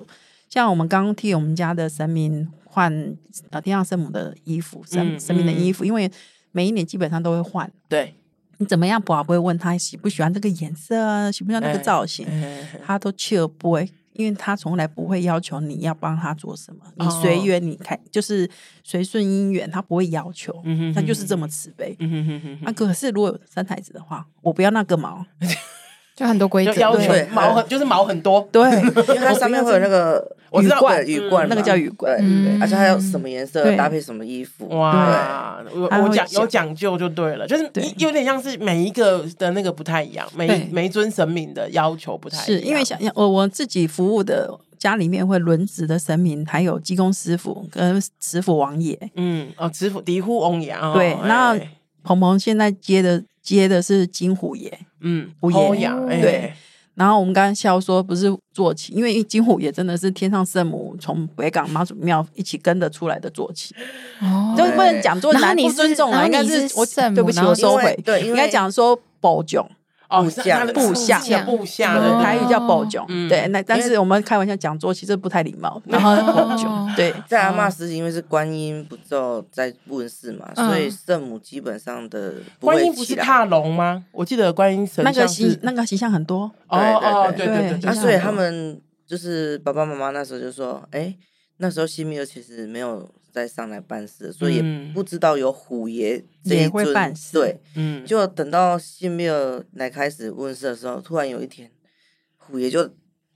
Speaker 2: 像我们刚刚替我们家的神明换呃天上圣母的衣服，神、
Speaker 1: 嗯
Speaker 2: 神明的衣服，因为每一年基本上都会换。
Speaker 1: 对，
Speaker 2: 你怎么样，宝宝不会问他喜不喜欢这个颜色啊，喜不喜欢那个
Speaker 1: 哎
Speaker 2: 造型，
Speaker 1: 嗯
Speaker 2: 他都去而不会。因为他从来不会要求你要帮他做什么，你随
Speaker 1: 哦
Speaker 2: 缘，你看就是随顺因缘，他不会要求，
Speaker 1: 嗯哼
Speaker 2: 他就是这
Speaker 1: 么，
Speaker 2: 么慈悲。
Speaker 1: 嗯哼哼哼
Speaker 2: 啊，可是如果有三太子的话，我不要那个毛，
Speaker 3: 就很多规
Speaker 1: 就
Speaker 3: 则，
Speaker 1: 要求
Speaker 4: 对
Speaker 1: 毛很就是毛很多，
Speaker 2: 对，
Speaker 4: 因为它上面会有那个
Speaker 1: 我
Speaker 4: 雨
Speaker 1: 知道
Speaker 4: 冠，
Speaker 1: 嗯
Speaker 4: 雨冠嘛
Speaker 2: 那个叫雨冠
Speaker 4: 对对
Speaker 3: 嗯
Speaker 4: 而且还有什么颜色
Speaker 2: 对
Speaker 4: 搭配什么衣服，
Speaker 1: 哇，我
Speaker 2: 他
Speaker 1: 我
Speaker 2: 会
Speaker 1: 讲有
Speaker 2: 讲
Speaker 1: 讲究就对了，就是
Speaker 3: 对
Speaker 1: 一有点像是每一个的那个不太一样，每
Speaker 3: 对
Speaker 1: 每一尊神明的要求不太一
Speaker 2: 是
Speaker 1: 样，
Speaker 2: 因为
Speaker 4: 啊
Speaker 2: 想想我我自己服务的家里面会轮值的神明，还有济公师傅跟慈父王爷。
Speaker 1: 嗯哦，慈父敌护翁羊，哦
Speaker 2: 对
Speaker 1: 哎
Speaker 2: 那鹏鹏现在接的接的是金虎爷，
Speaker 1: 嗯，
Speaker 2: 虎爷
Speaker 1: 欧阳哎
Speaker 2: 对然后我们刚刚笑说不是坐骑，因为金虎也真的是天上圣母从北港妈祖庙一起跟着出来的坐骑，
Speaker 3: 哦
Speaker 2: 就不能讲坐骑，
Speaker 3: 然后你
Speaker 2: 不
Speaker 3: 是
Speaker 2: 尊重
Speaker 3: 然
Speaker 2: 了，
Speaker 3: 后
Speaker 2: 应该
Speaker 3: 你
Speaker 2: 是
Speaker 3: 是
Speaker 2: 我
Speaker 3: 圣母
Speaker 2: 对不起，
Speaker 3: 然后
Speaker 2: 我
Speaker 3: 是
Speaker 2: 收
Speaker 4: 因为
Speaker 2: 回，
Speaker 4: 对因为
Speaker 2: 应该讲说宝囧，
Speaker 1: 哦，
Speaker 4: 部
Speaker 1: 是
Speaker 4: 下
Speaker 1: 他的
Speaker 2: 部下
Speaker 1: 是的部下
Speaker 3: 哦
Speaker 1: 的
Speaker 2: 台语叫宝囧
Speaker 1: 嗯，
Speaker 2: 对，那但是我们开玩笑讲坐骑这不太礼貌，然后宝
Speaker 3: 哦
Speaker 2: 囧，对，
Speaker 4: 在阿嬷时期，因为是观音不奏在问世嘛，
Speaker 3: 嗯
Speaker 4: 所以圣母基本上的不
Speaker 1: 观
Speaker 4: 会
Speaker 1: 音不
Speaker 4: 起
Speaker 1: 是
Speaker 4: 来。
Speaker 1: 踏龙吗？我记得观音神
Speaker 2: 那个
Speaker 1: 像
Speaker 2: 形
Speaker 1: 是
Speaker 2: 那个形象很多，
Speaker 1: 哦
Speaker 4: 对
Speaker 1: 哦，对
Speaker 4: 对
Speaker 1: 对
Speaker 2: 对对
Speaker 1: 对，
Speaker 4: 啊，
Speaker 2: 就
Speaker 4: 所以
Speaker 2: 像
Speaker 4: 他们就是爸爸妈妈那时候就说，哎，那时候西米尔其实没有在上来办事，所以
Speaker 1: 嗯
Speaker 4: 也不知道有虎爷这
Speaker 2: 也
Speaker 4: 一
Speaker 2: 会
Speaker 4: 尊。
Speaker 2: 办事
Speaker 4: 对，
Speaker 1: 嗯，
Speaker 4: 就等到西米尔来开始问世的时候，突然有一天，虎爷就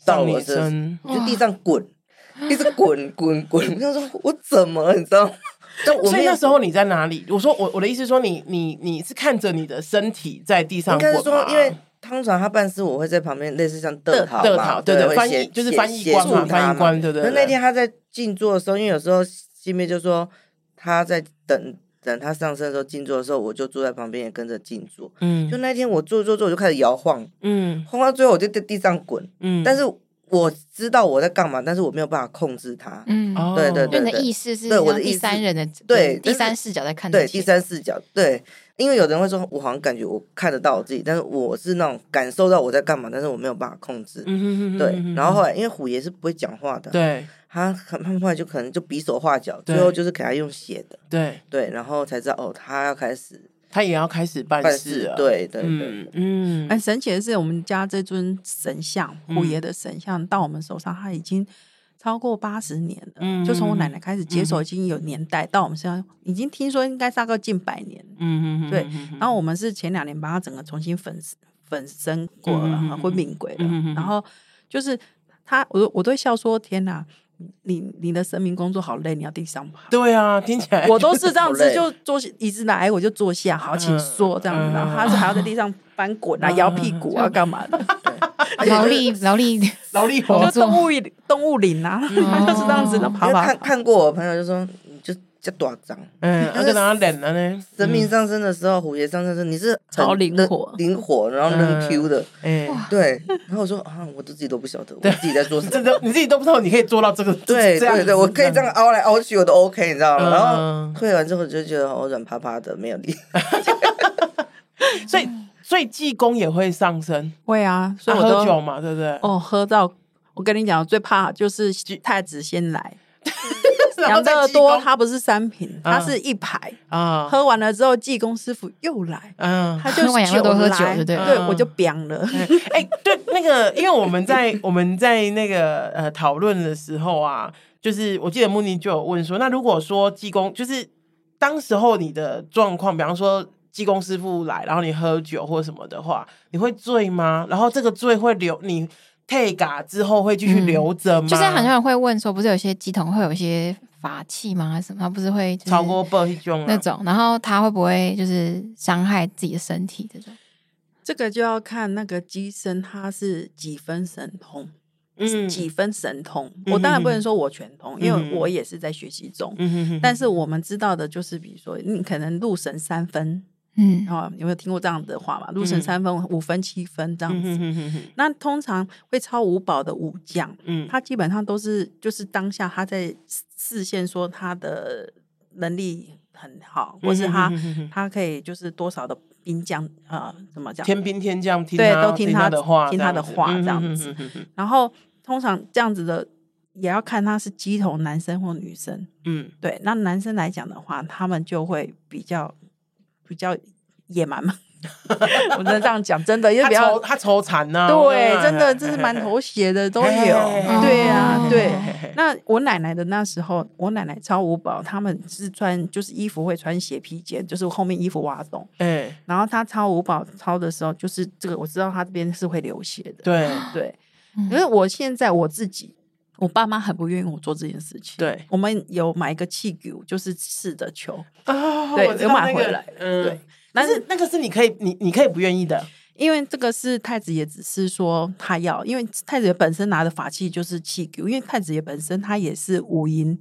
Speaker 4: 到
Speaker 1: 上
Speaker 4: 我
Speaker 1: 你
Speaker 4: 身上，
Speaker 1: 身，
Speaker 4: 就地上滚，一直滚滚滚。 我想说，我怎么了？你知道吗？就哎我
Speaker 1: 所
Speaker 4: 没
Speaker 1: 以
Speaker 4: 有
Speaker 1: 那时候你在哪里？我说我我的意思是说你你你是看着你的身体在地上
Speaker 4: 应该
Speaker 1: 滚
Speaker 4: 是
Speaker 1: 吗？
Speaker 4: 说，因为通常他办事，我会在旁边类似像
Speaker 1: 得
Speaker 4: 德考
Speaker 1: 得
Speaker 4: 嘛，
Speaker 1: 考，对对，
Speaker 4: 会
Speaker 1: 翻
Speaker 4: 协
Speaker 1: 译就是
Speaker 4: 协
Speaker 1: 翻译
Speaker 4: 协
Speaker 1: 官
Speaker 4: 助
Speaker 1: 嘛，
Speaker 4: 他
Speaker 1: 翻译官，对对
Speaker 4: 那
Speaker 1: 对。
Speaker 4: 那天他在静坐的时候，因为有时候西面就说他在等等他上身的时候静坐的时候，我就坐在旁边也跟着静坐。
Speaker 1: 嗯
Speaker 4: 就那天我坐坐坐，我就开始摇晃，
Speaker 1: 嗯
Speaker 4: 晃到最后我就在地上滚。
Speaker 1: 嗯，
Speaker 4: 但是我知道我在干嘛，但是我没有办法控制它。
Speaker 3: 嗯，
Speaker 1: 哦
Speaker 4: 对对
Speaker 3: 就
Speaker 4: 对
Speaker 3: 你的意思是
Speaker 4: 对我的
Speaker 3: 让
Speaker 4: 意
Speaker 3: 第
Speaker 4: 思
Speaker 3: 三人的
Speaker 4: 对
Speaker 3: 第
Speaker 4: 但是
Speaker 3: 三视角在看这
Speaker 4: 对，
Speaker 3: 一切，
Speaker 4: 第三视角，对，因为有的人会说，我好像感觉我看得到我自己，但是我是那种感受到我在干嘛，但是我没有办法控制。
Speaker 1: 嗯哼哼哼
Speaker 4: 对
Speaker 1: 哼哼，
Speaker 4: 然后后来因为虎爷是不会讲话的，
Speaker 1: 对
Speaker 4: 他很他们后来就可能就比手画脚，
Speaker 1: 对
Speaker 4: 最后就是给他用写的，
Speaker 1: 对，
Speaker 4: 对，然后才知道哦，他要开始
Speaker 1: 他也要开始办
Speaker 4: 办
Speaker 1: 事
Speaker 4: 事
Speaker 1: 了，，
Speaker 4: 对对哎对，
Speaker 1: 嗯嗯，
Speaker 2: 很神奇的是，我们家这尊神像虎爷的神像到我们手上，它已经超过八十年了。
Speaker 1: 嗯
Speaker 2: 就从我奶奶开始接手，已经有年代，到我们身上已经听说应该大概近百年。
Speaker 1: 嗯嗯
Speaker 2: 对
Speaker 1: 嗯
Speaker 2: 然后我们是前两年把它整个重新粉粉身过
Speaker 1: 嗯嗯嗯
Speaker 2: 了，
Speaker 1: 嗯
Speaker 2: 婚饼鬼了
Speaker 1: 嗯嗯嗯。
Speaker 2: 然后就是他，我都我都会笑说：“天哪，你你的神明工作好累，你要地上 爬。”
Speaker 1: 对啊，听起来
Speaker 2: 我都是这样
Speaker 4: 好
Speaker 2: 子，
Speaker 4: 累
Speaker 2: 就坐椅子来我就坐下，好，请
Speaker 1: 嗯
Speaker 2: 坐这样子。然后
Speaker 1: 嗯
Speaker 2: 他是还要在地上翻滚啊、
Speaker 1: 嗯
Speaker 2: 摇屁股啊、干嘛的？
Speaker 3: 劳力劳力，
Speaker 1: 劳力活
Speaker 3: 合
Speaker 2: 就
Speaker 3: 作
Speaker 2: 动物园动物林啊，他 就是这样子的
Speaker 3: 哦
Speaker 4: 因
Speaker 2: 爬
Speaker 4: 为
Speaker 2: 爬
Speaker 4: 看。看过我朋友就说，你就叫多张。
Speaker 1: 嗯，要
Speaker 4: 就是
Speaker 1: 跟他冷了呢，
Speaker 4: 生命上升的时候，虎爷上升的时候，你是很
Speaker 2: 超嗯灵
Speaker 4: 的
Speaker 2: 活
Speaker 4: 灵活，然后扔 Q 的，
Speaker 1: 嗯哎，
Speaker 4: 对。然后我说啊，我都自己都不晓得，我自己在 做什
Speaker 1: 真
Speaker 4: 么。
Speaker 1: 的你自己都不知道你可以做到这个，
Speaker 4: 对
Speaker 1: 这样
Speaker 4: 对对，我可以这样凹来凹去，我都 OK，你知道吗？
Speaker 1: 嗯
Speaker 4: 然后退完之后就觉得我软趴趴的，没有 力。
Speaker 1: 子，所以所以济公也会上身，
Speaker 2: 会啊，所
Speaker 1: 他
Speaker 2: 以我
Speaker 1: 喝酒
Speaker 2: 都
Speaker 1: 嘛，对不对？
Speaker 2: 哦喝到，我跟你讲，最怕就是太子先来，
Speaker 1: 然
Speaker 2: 养
Speaker 1: 后再
Speaker 2: 乐
Speaker 1: 啊济
Speaker 2: 多
Speaker 1: 公嗯
Speaker 2: 它不是三瓶，它是一排。
Speaker 1: 啊，
Speaker 2: 喝完了之后，济公师傅又来，
Speaker 1: 嗯，
Speaker 2: 他就
Speaker 3: 喝完养乐多喝酒
Speaker 2: 来
Speaker 3: 就对
Speaker 1: 了嗯
Speaker 2: 我就扁了。
Speaker 1: 哎、对，那个，因为我们在我们在那个呃讨论的时候啊，就是我记得穆尼就有问说，那如果说济公，就是当时候你的状况，比方说济公师傅来，然后你喝酒或什么的话，你会醉吗？然后这个醉会留你 take 嘎之后会继续
Speaker 3: 嗯
Speaker 1: 留着吗？
Speaker 3: 就是很多人会问说，不是有些鸡桶会有一些法器吗？还是什么？它不是会就是
Speaker 1: 超过倍
Speaker 2: 嗯
Speaker 1: 种
Speaker 3: 那
Speaker 1: 啊，
Speaker 3: 种，然后它会不会就是伤害自己的身体这种？
Speaker 2: 这个就要看那个机身它是几分神通，几分神通。我当然不能说我全通，因
Speaker 1: 嗯
Speaker 2: 为我也是在学习中。
Speaker 1: 嗯哼哼
Speaker 2: 但是我们知道的就是，比如说你可能入神三分，
Speaker 3: 嗯，
Speaker 2: 哦，有没有听过这样的话嘛？入神
Speaker 1: 嗯
Speaker 2: 三分、五分、七分这样
Speaker 1: 嗯
Speaker 2: 子。
Speaker 1: 哼哼哼哼
Speaker 2: 那通常会超五宝的武将，
Speaker 1: 嗯
Speaker 2: 他基本上都是就是当下他在视线说他的能力很好，或是
Speaker 1: 嗯哼
Speaker 2: 他
Speaker 1: 哼哼哼
Speaker 2: 他可以就是多少的兵将啊、呃怎么讲？
Speaker 1: 天兵天将听
Speaker 2: 对
Speaker 1: 他
Speaker 2: 都听
Speaker 1: 听
Speaker 2: 他
Speaker 1: 的话，
Speaker 2: 听
Speaker 1: 这
Speaker 2: 他
Speaker 1: 样
Speaker 2: 的
Speaker 1: 子
Speaker 2: 话
Speaker 1: 嗯
Speaker 2: 这样
Speaker 1: 哼哼
Speaker 2: 子
Speaker 1: 哼哼哼
Speaker 2: 然后通常这样子的也要看他是鸡头男生或女生。
Speaker 1: 嗯，
Speaker 2: 对，那男生来讲的话，他们就会比较比较野蛮嘛， 我真的这样讲，真的，因为
Speaker 1: 他
Speaker 2: 不要
Speaker 1: 愁他愁惨呐，
Speaker 2: 对，真的，
Speaker 1: 哎
Speaker 2: 这是蛮。
Speaker 1: 哎
Speaker 2: 头血的都有。
Speaker 1: 嘿嘿嘿嘿
Speaker 2: 对啊
Speaker 3: 哦，
Speaker 2: 对
Speaker 1: 嘿。嘿嘿
Speaker 2: 那我奶奶的那时候，我奶奶超五宝，他们是穿就是衣服会穿斜披肩，就是后面衣服挖洞。
Speaker 1: 哎，
Speaker 2: 然后她超五宝超的时候，就是这个我知道她这边是会流血的。
Speaker 1: 对
Speaker 2: 对，
Speaker 3: 嗯
Speaker 2: 因为我现在我自己，我爸妈很不愿意我做这件事情。
Speaker 1: 对
Speaker 2: 我们有买一个气球，就是试着球，
Speaker 1: 啊，
Speaker 2: 对
Speaker 1: 我知
Speaker 2: 有
Speaker 1: 道
Speaker 2: 买
Speaker 1: 那
Speaker 2: 回
Speaker 1: 个
Speaker 2: 来
Speaker 1: 嗯
Speaker 2: 对，
Speaker 1: 但
Speaker 2: 但
Speaker 1: 是那个是你可以，你你可以不愿意的，
Speaker 2: 因为这个是太子爷，只是说他要，因为太子爷本身拿的法器就是气球，因为太子爷本身他也是五营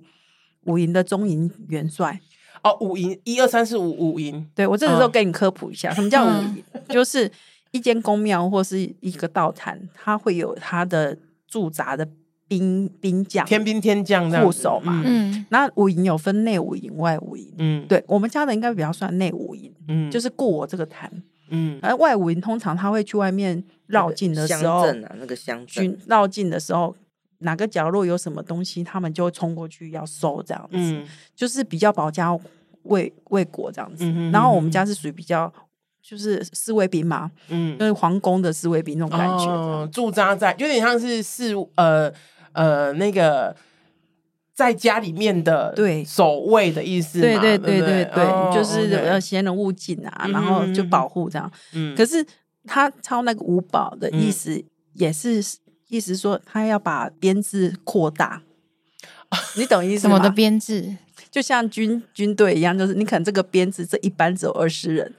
Speaker 2: 五营的中营元帅。
Speaker 1: 哦，五营一二三四五五营，
Speaker 2: 对我这个时候
Speaker 1: 嗯
Speaker 2: 给你科普一下，什么叫五
Speaker 3: 嗯
Speaker 2: 营？就是一间宫庙或是一个道坛，它会有它的驻扎的兵兵将
Speaker 1: 天兵天将这样子
Speaker 2: 护手嘛
Speaker 1: 嗯
Speaker 3: 嗯
Speaker 2: 那五营有分内五营、外五营。
Speaker 1: 嗯，
Speaker 2: 对我们家的应该比较算内五营，
Speaker 1: 嗯
Speaker 2: 就是顾我这个坛。
Speaker 1: 嗯
Speaker 2: 而外五营通常他会去外面绕境的
Speaker 4: 乡
Speaker 2: 时候，
Speaker 4: 镇啊，那个乡镇
Speaker 2: 去，绕境的时候，哪个角落有什么东西，他们就会冲过去要收这样子，
Speaker 1: 嗯
Speaker 2: 就是比较保家卫卫国这样子。
Speaker 1: 嗯哼
Speaker 2: 然后我
Speaker 1: 嗯哼
Speaker 2: 们家是属于比较就是侍卫兵嘛，
Speaker 1: 嗯
Speaker 2: 就，是皇宫的侍卫兵那种感觉这样。
Speaker 1: 哦，驻扎在有点像是是呃呃那个在家里面的
Speaker 2: 对
Speaker 1: 守卫的意思嘛，
Speaker 2: 对对
Speaker 1: 对
Speaker 2: 对
Speaker 1: 不
Speaker 2: 对对，
Speaker 1: 哦
Speaker 2: 就是要
Speaker 1: OK
Speaker 2: 先人勿近啊，
Speaker 1: 嗯
Speaker 2: 然后
Speaker 1: 嗯
Speaker 2: 就
Speaker 1: 嗯
Speaker 2: 保护这样。
Speaker 1: 嗯
Speaker 2: 可是他抄那个五宝的意思，也是意思说他要把编制 扩大，你懂意思
Speaker 3: 什
Speaker 2: 吗？
Speaker 3: 么的编制，
Speaker 2: 就像军军队一样，就是你可能这个编制这一班只有二十人，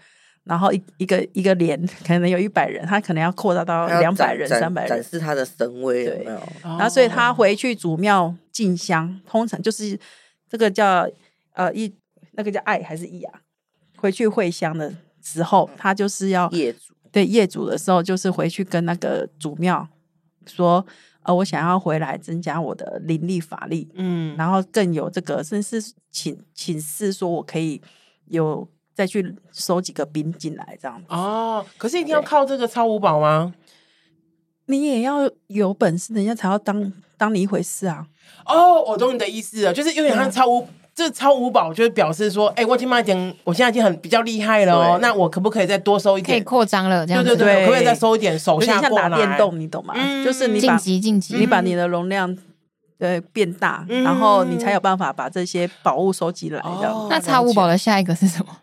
Speaker 2: 然后一一个一个连可能有一百人，他可能要扩大到
Speaker 4: 他要
Speaker 2: 两百
Speaker 4: 展
Speaker 2: 人、
Speaker 4: 展
Speaker 2: 三百
Speaker 4: 展
Speaker 2: 人。
Speaker 4: 示他的神威有
Speaker 2: 对
Speaker 4: 没有？
Speaker 1: 然
Speaker 2: 然后，所以他回去祖庙进香，通常就是这个叫呃一那个叫爱还是义啊？回去会香的时候，他就是要
Speaker 4: 业主
Speaker 2: 对业主的时候，就是回去跟那个祖庙说，呃，我想要回来增加我的灵力法力，
Speaker 1: 嗯，
Speaker 2: 然后更有这个，甚至是请请示说我可以有再去收几个兵进来这样。
Speaker 1: 哦，可是一定要靠这个超五宝吗？
Speaker 2: 你也要有本事，人家才要当当你一回事啊。
Speaker 1: 哦，我懂你的意思了，就是有点像超五。这超五宝就是表示说，哎、我已经慢一点，我现在已经很比较厉害了哦，
Speaker 4: 对
Speaker 1: 那我可不可以再多收一
Speaker 3: 可以
Speaker 1: 点？
Speaker 3: 扩张了，这
Speaker 1: 对
Speaker 3: 样
Speaker 1: 对
Speaker 3: 子。
Speaker 1: 对，我可不可以
Speaker 2: 对
Speaker 1: 再收一点手
Speaker 2: 有点
Speaker 1: 下哦
Speaker 2: 像
Speaker 1: 过
Speaker 2: 打
Speaker 1: 来？
Speaker 2: 电动，你懂吗？
Speaker 1: 嗯
Speaker 2: 就是你
Speaker 3: 晋
Speaker 2: 把
Speaker 3: 级晋级，
Speaker 2: 你把你的容量对变大，
Speaker 1: 嗯
Speaker 2: 然后你才有办法把这些宝物收集来的。
Speaker 1: 哦
Speaker 3: 那查五宝的下一个是什 么？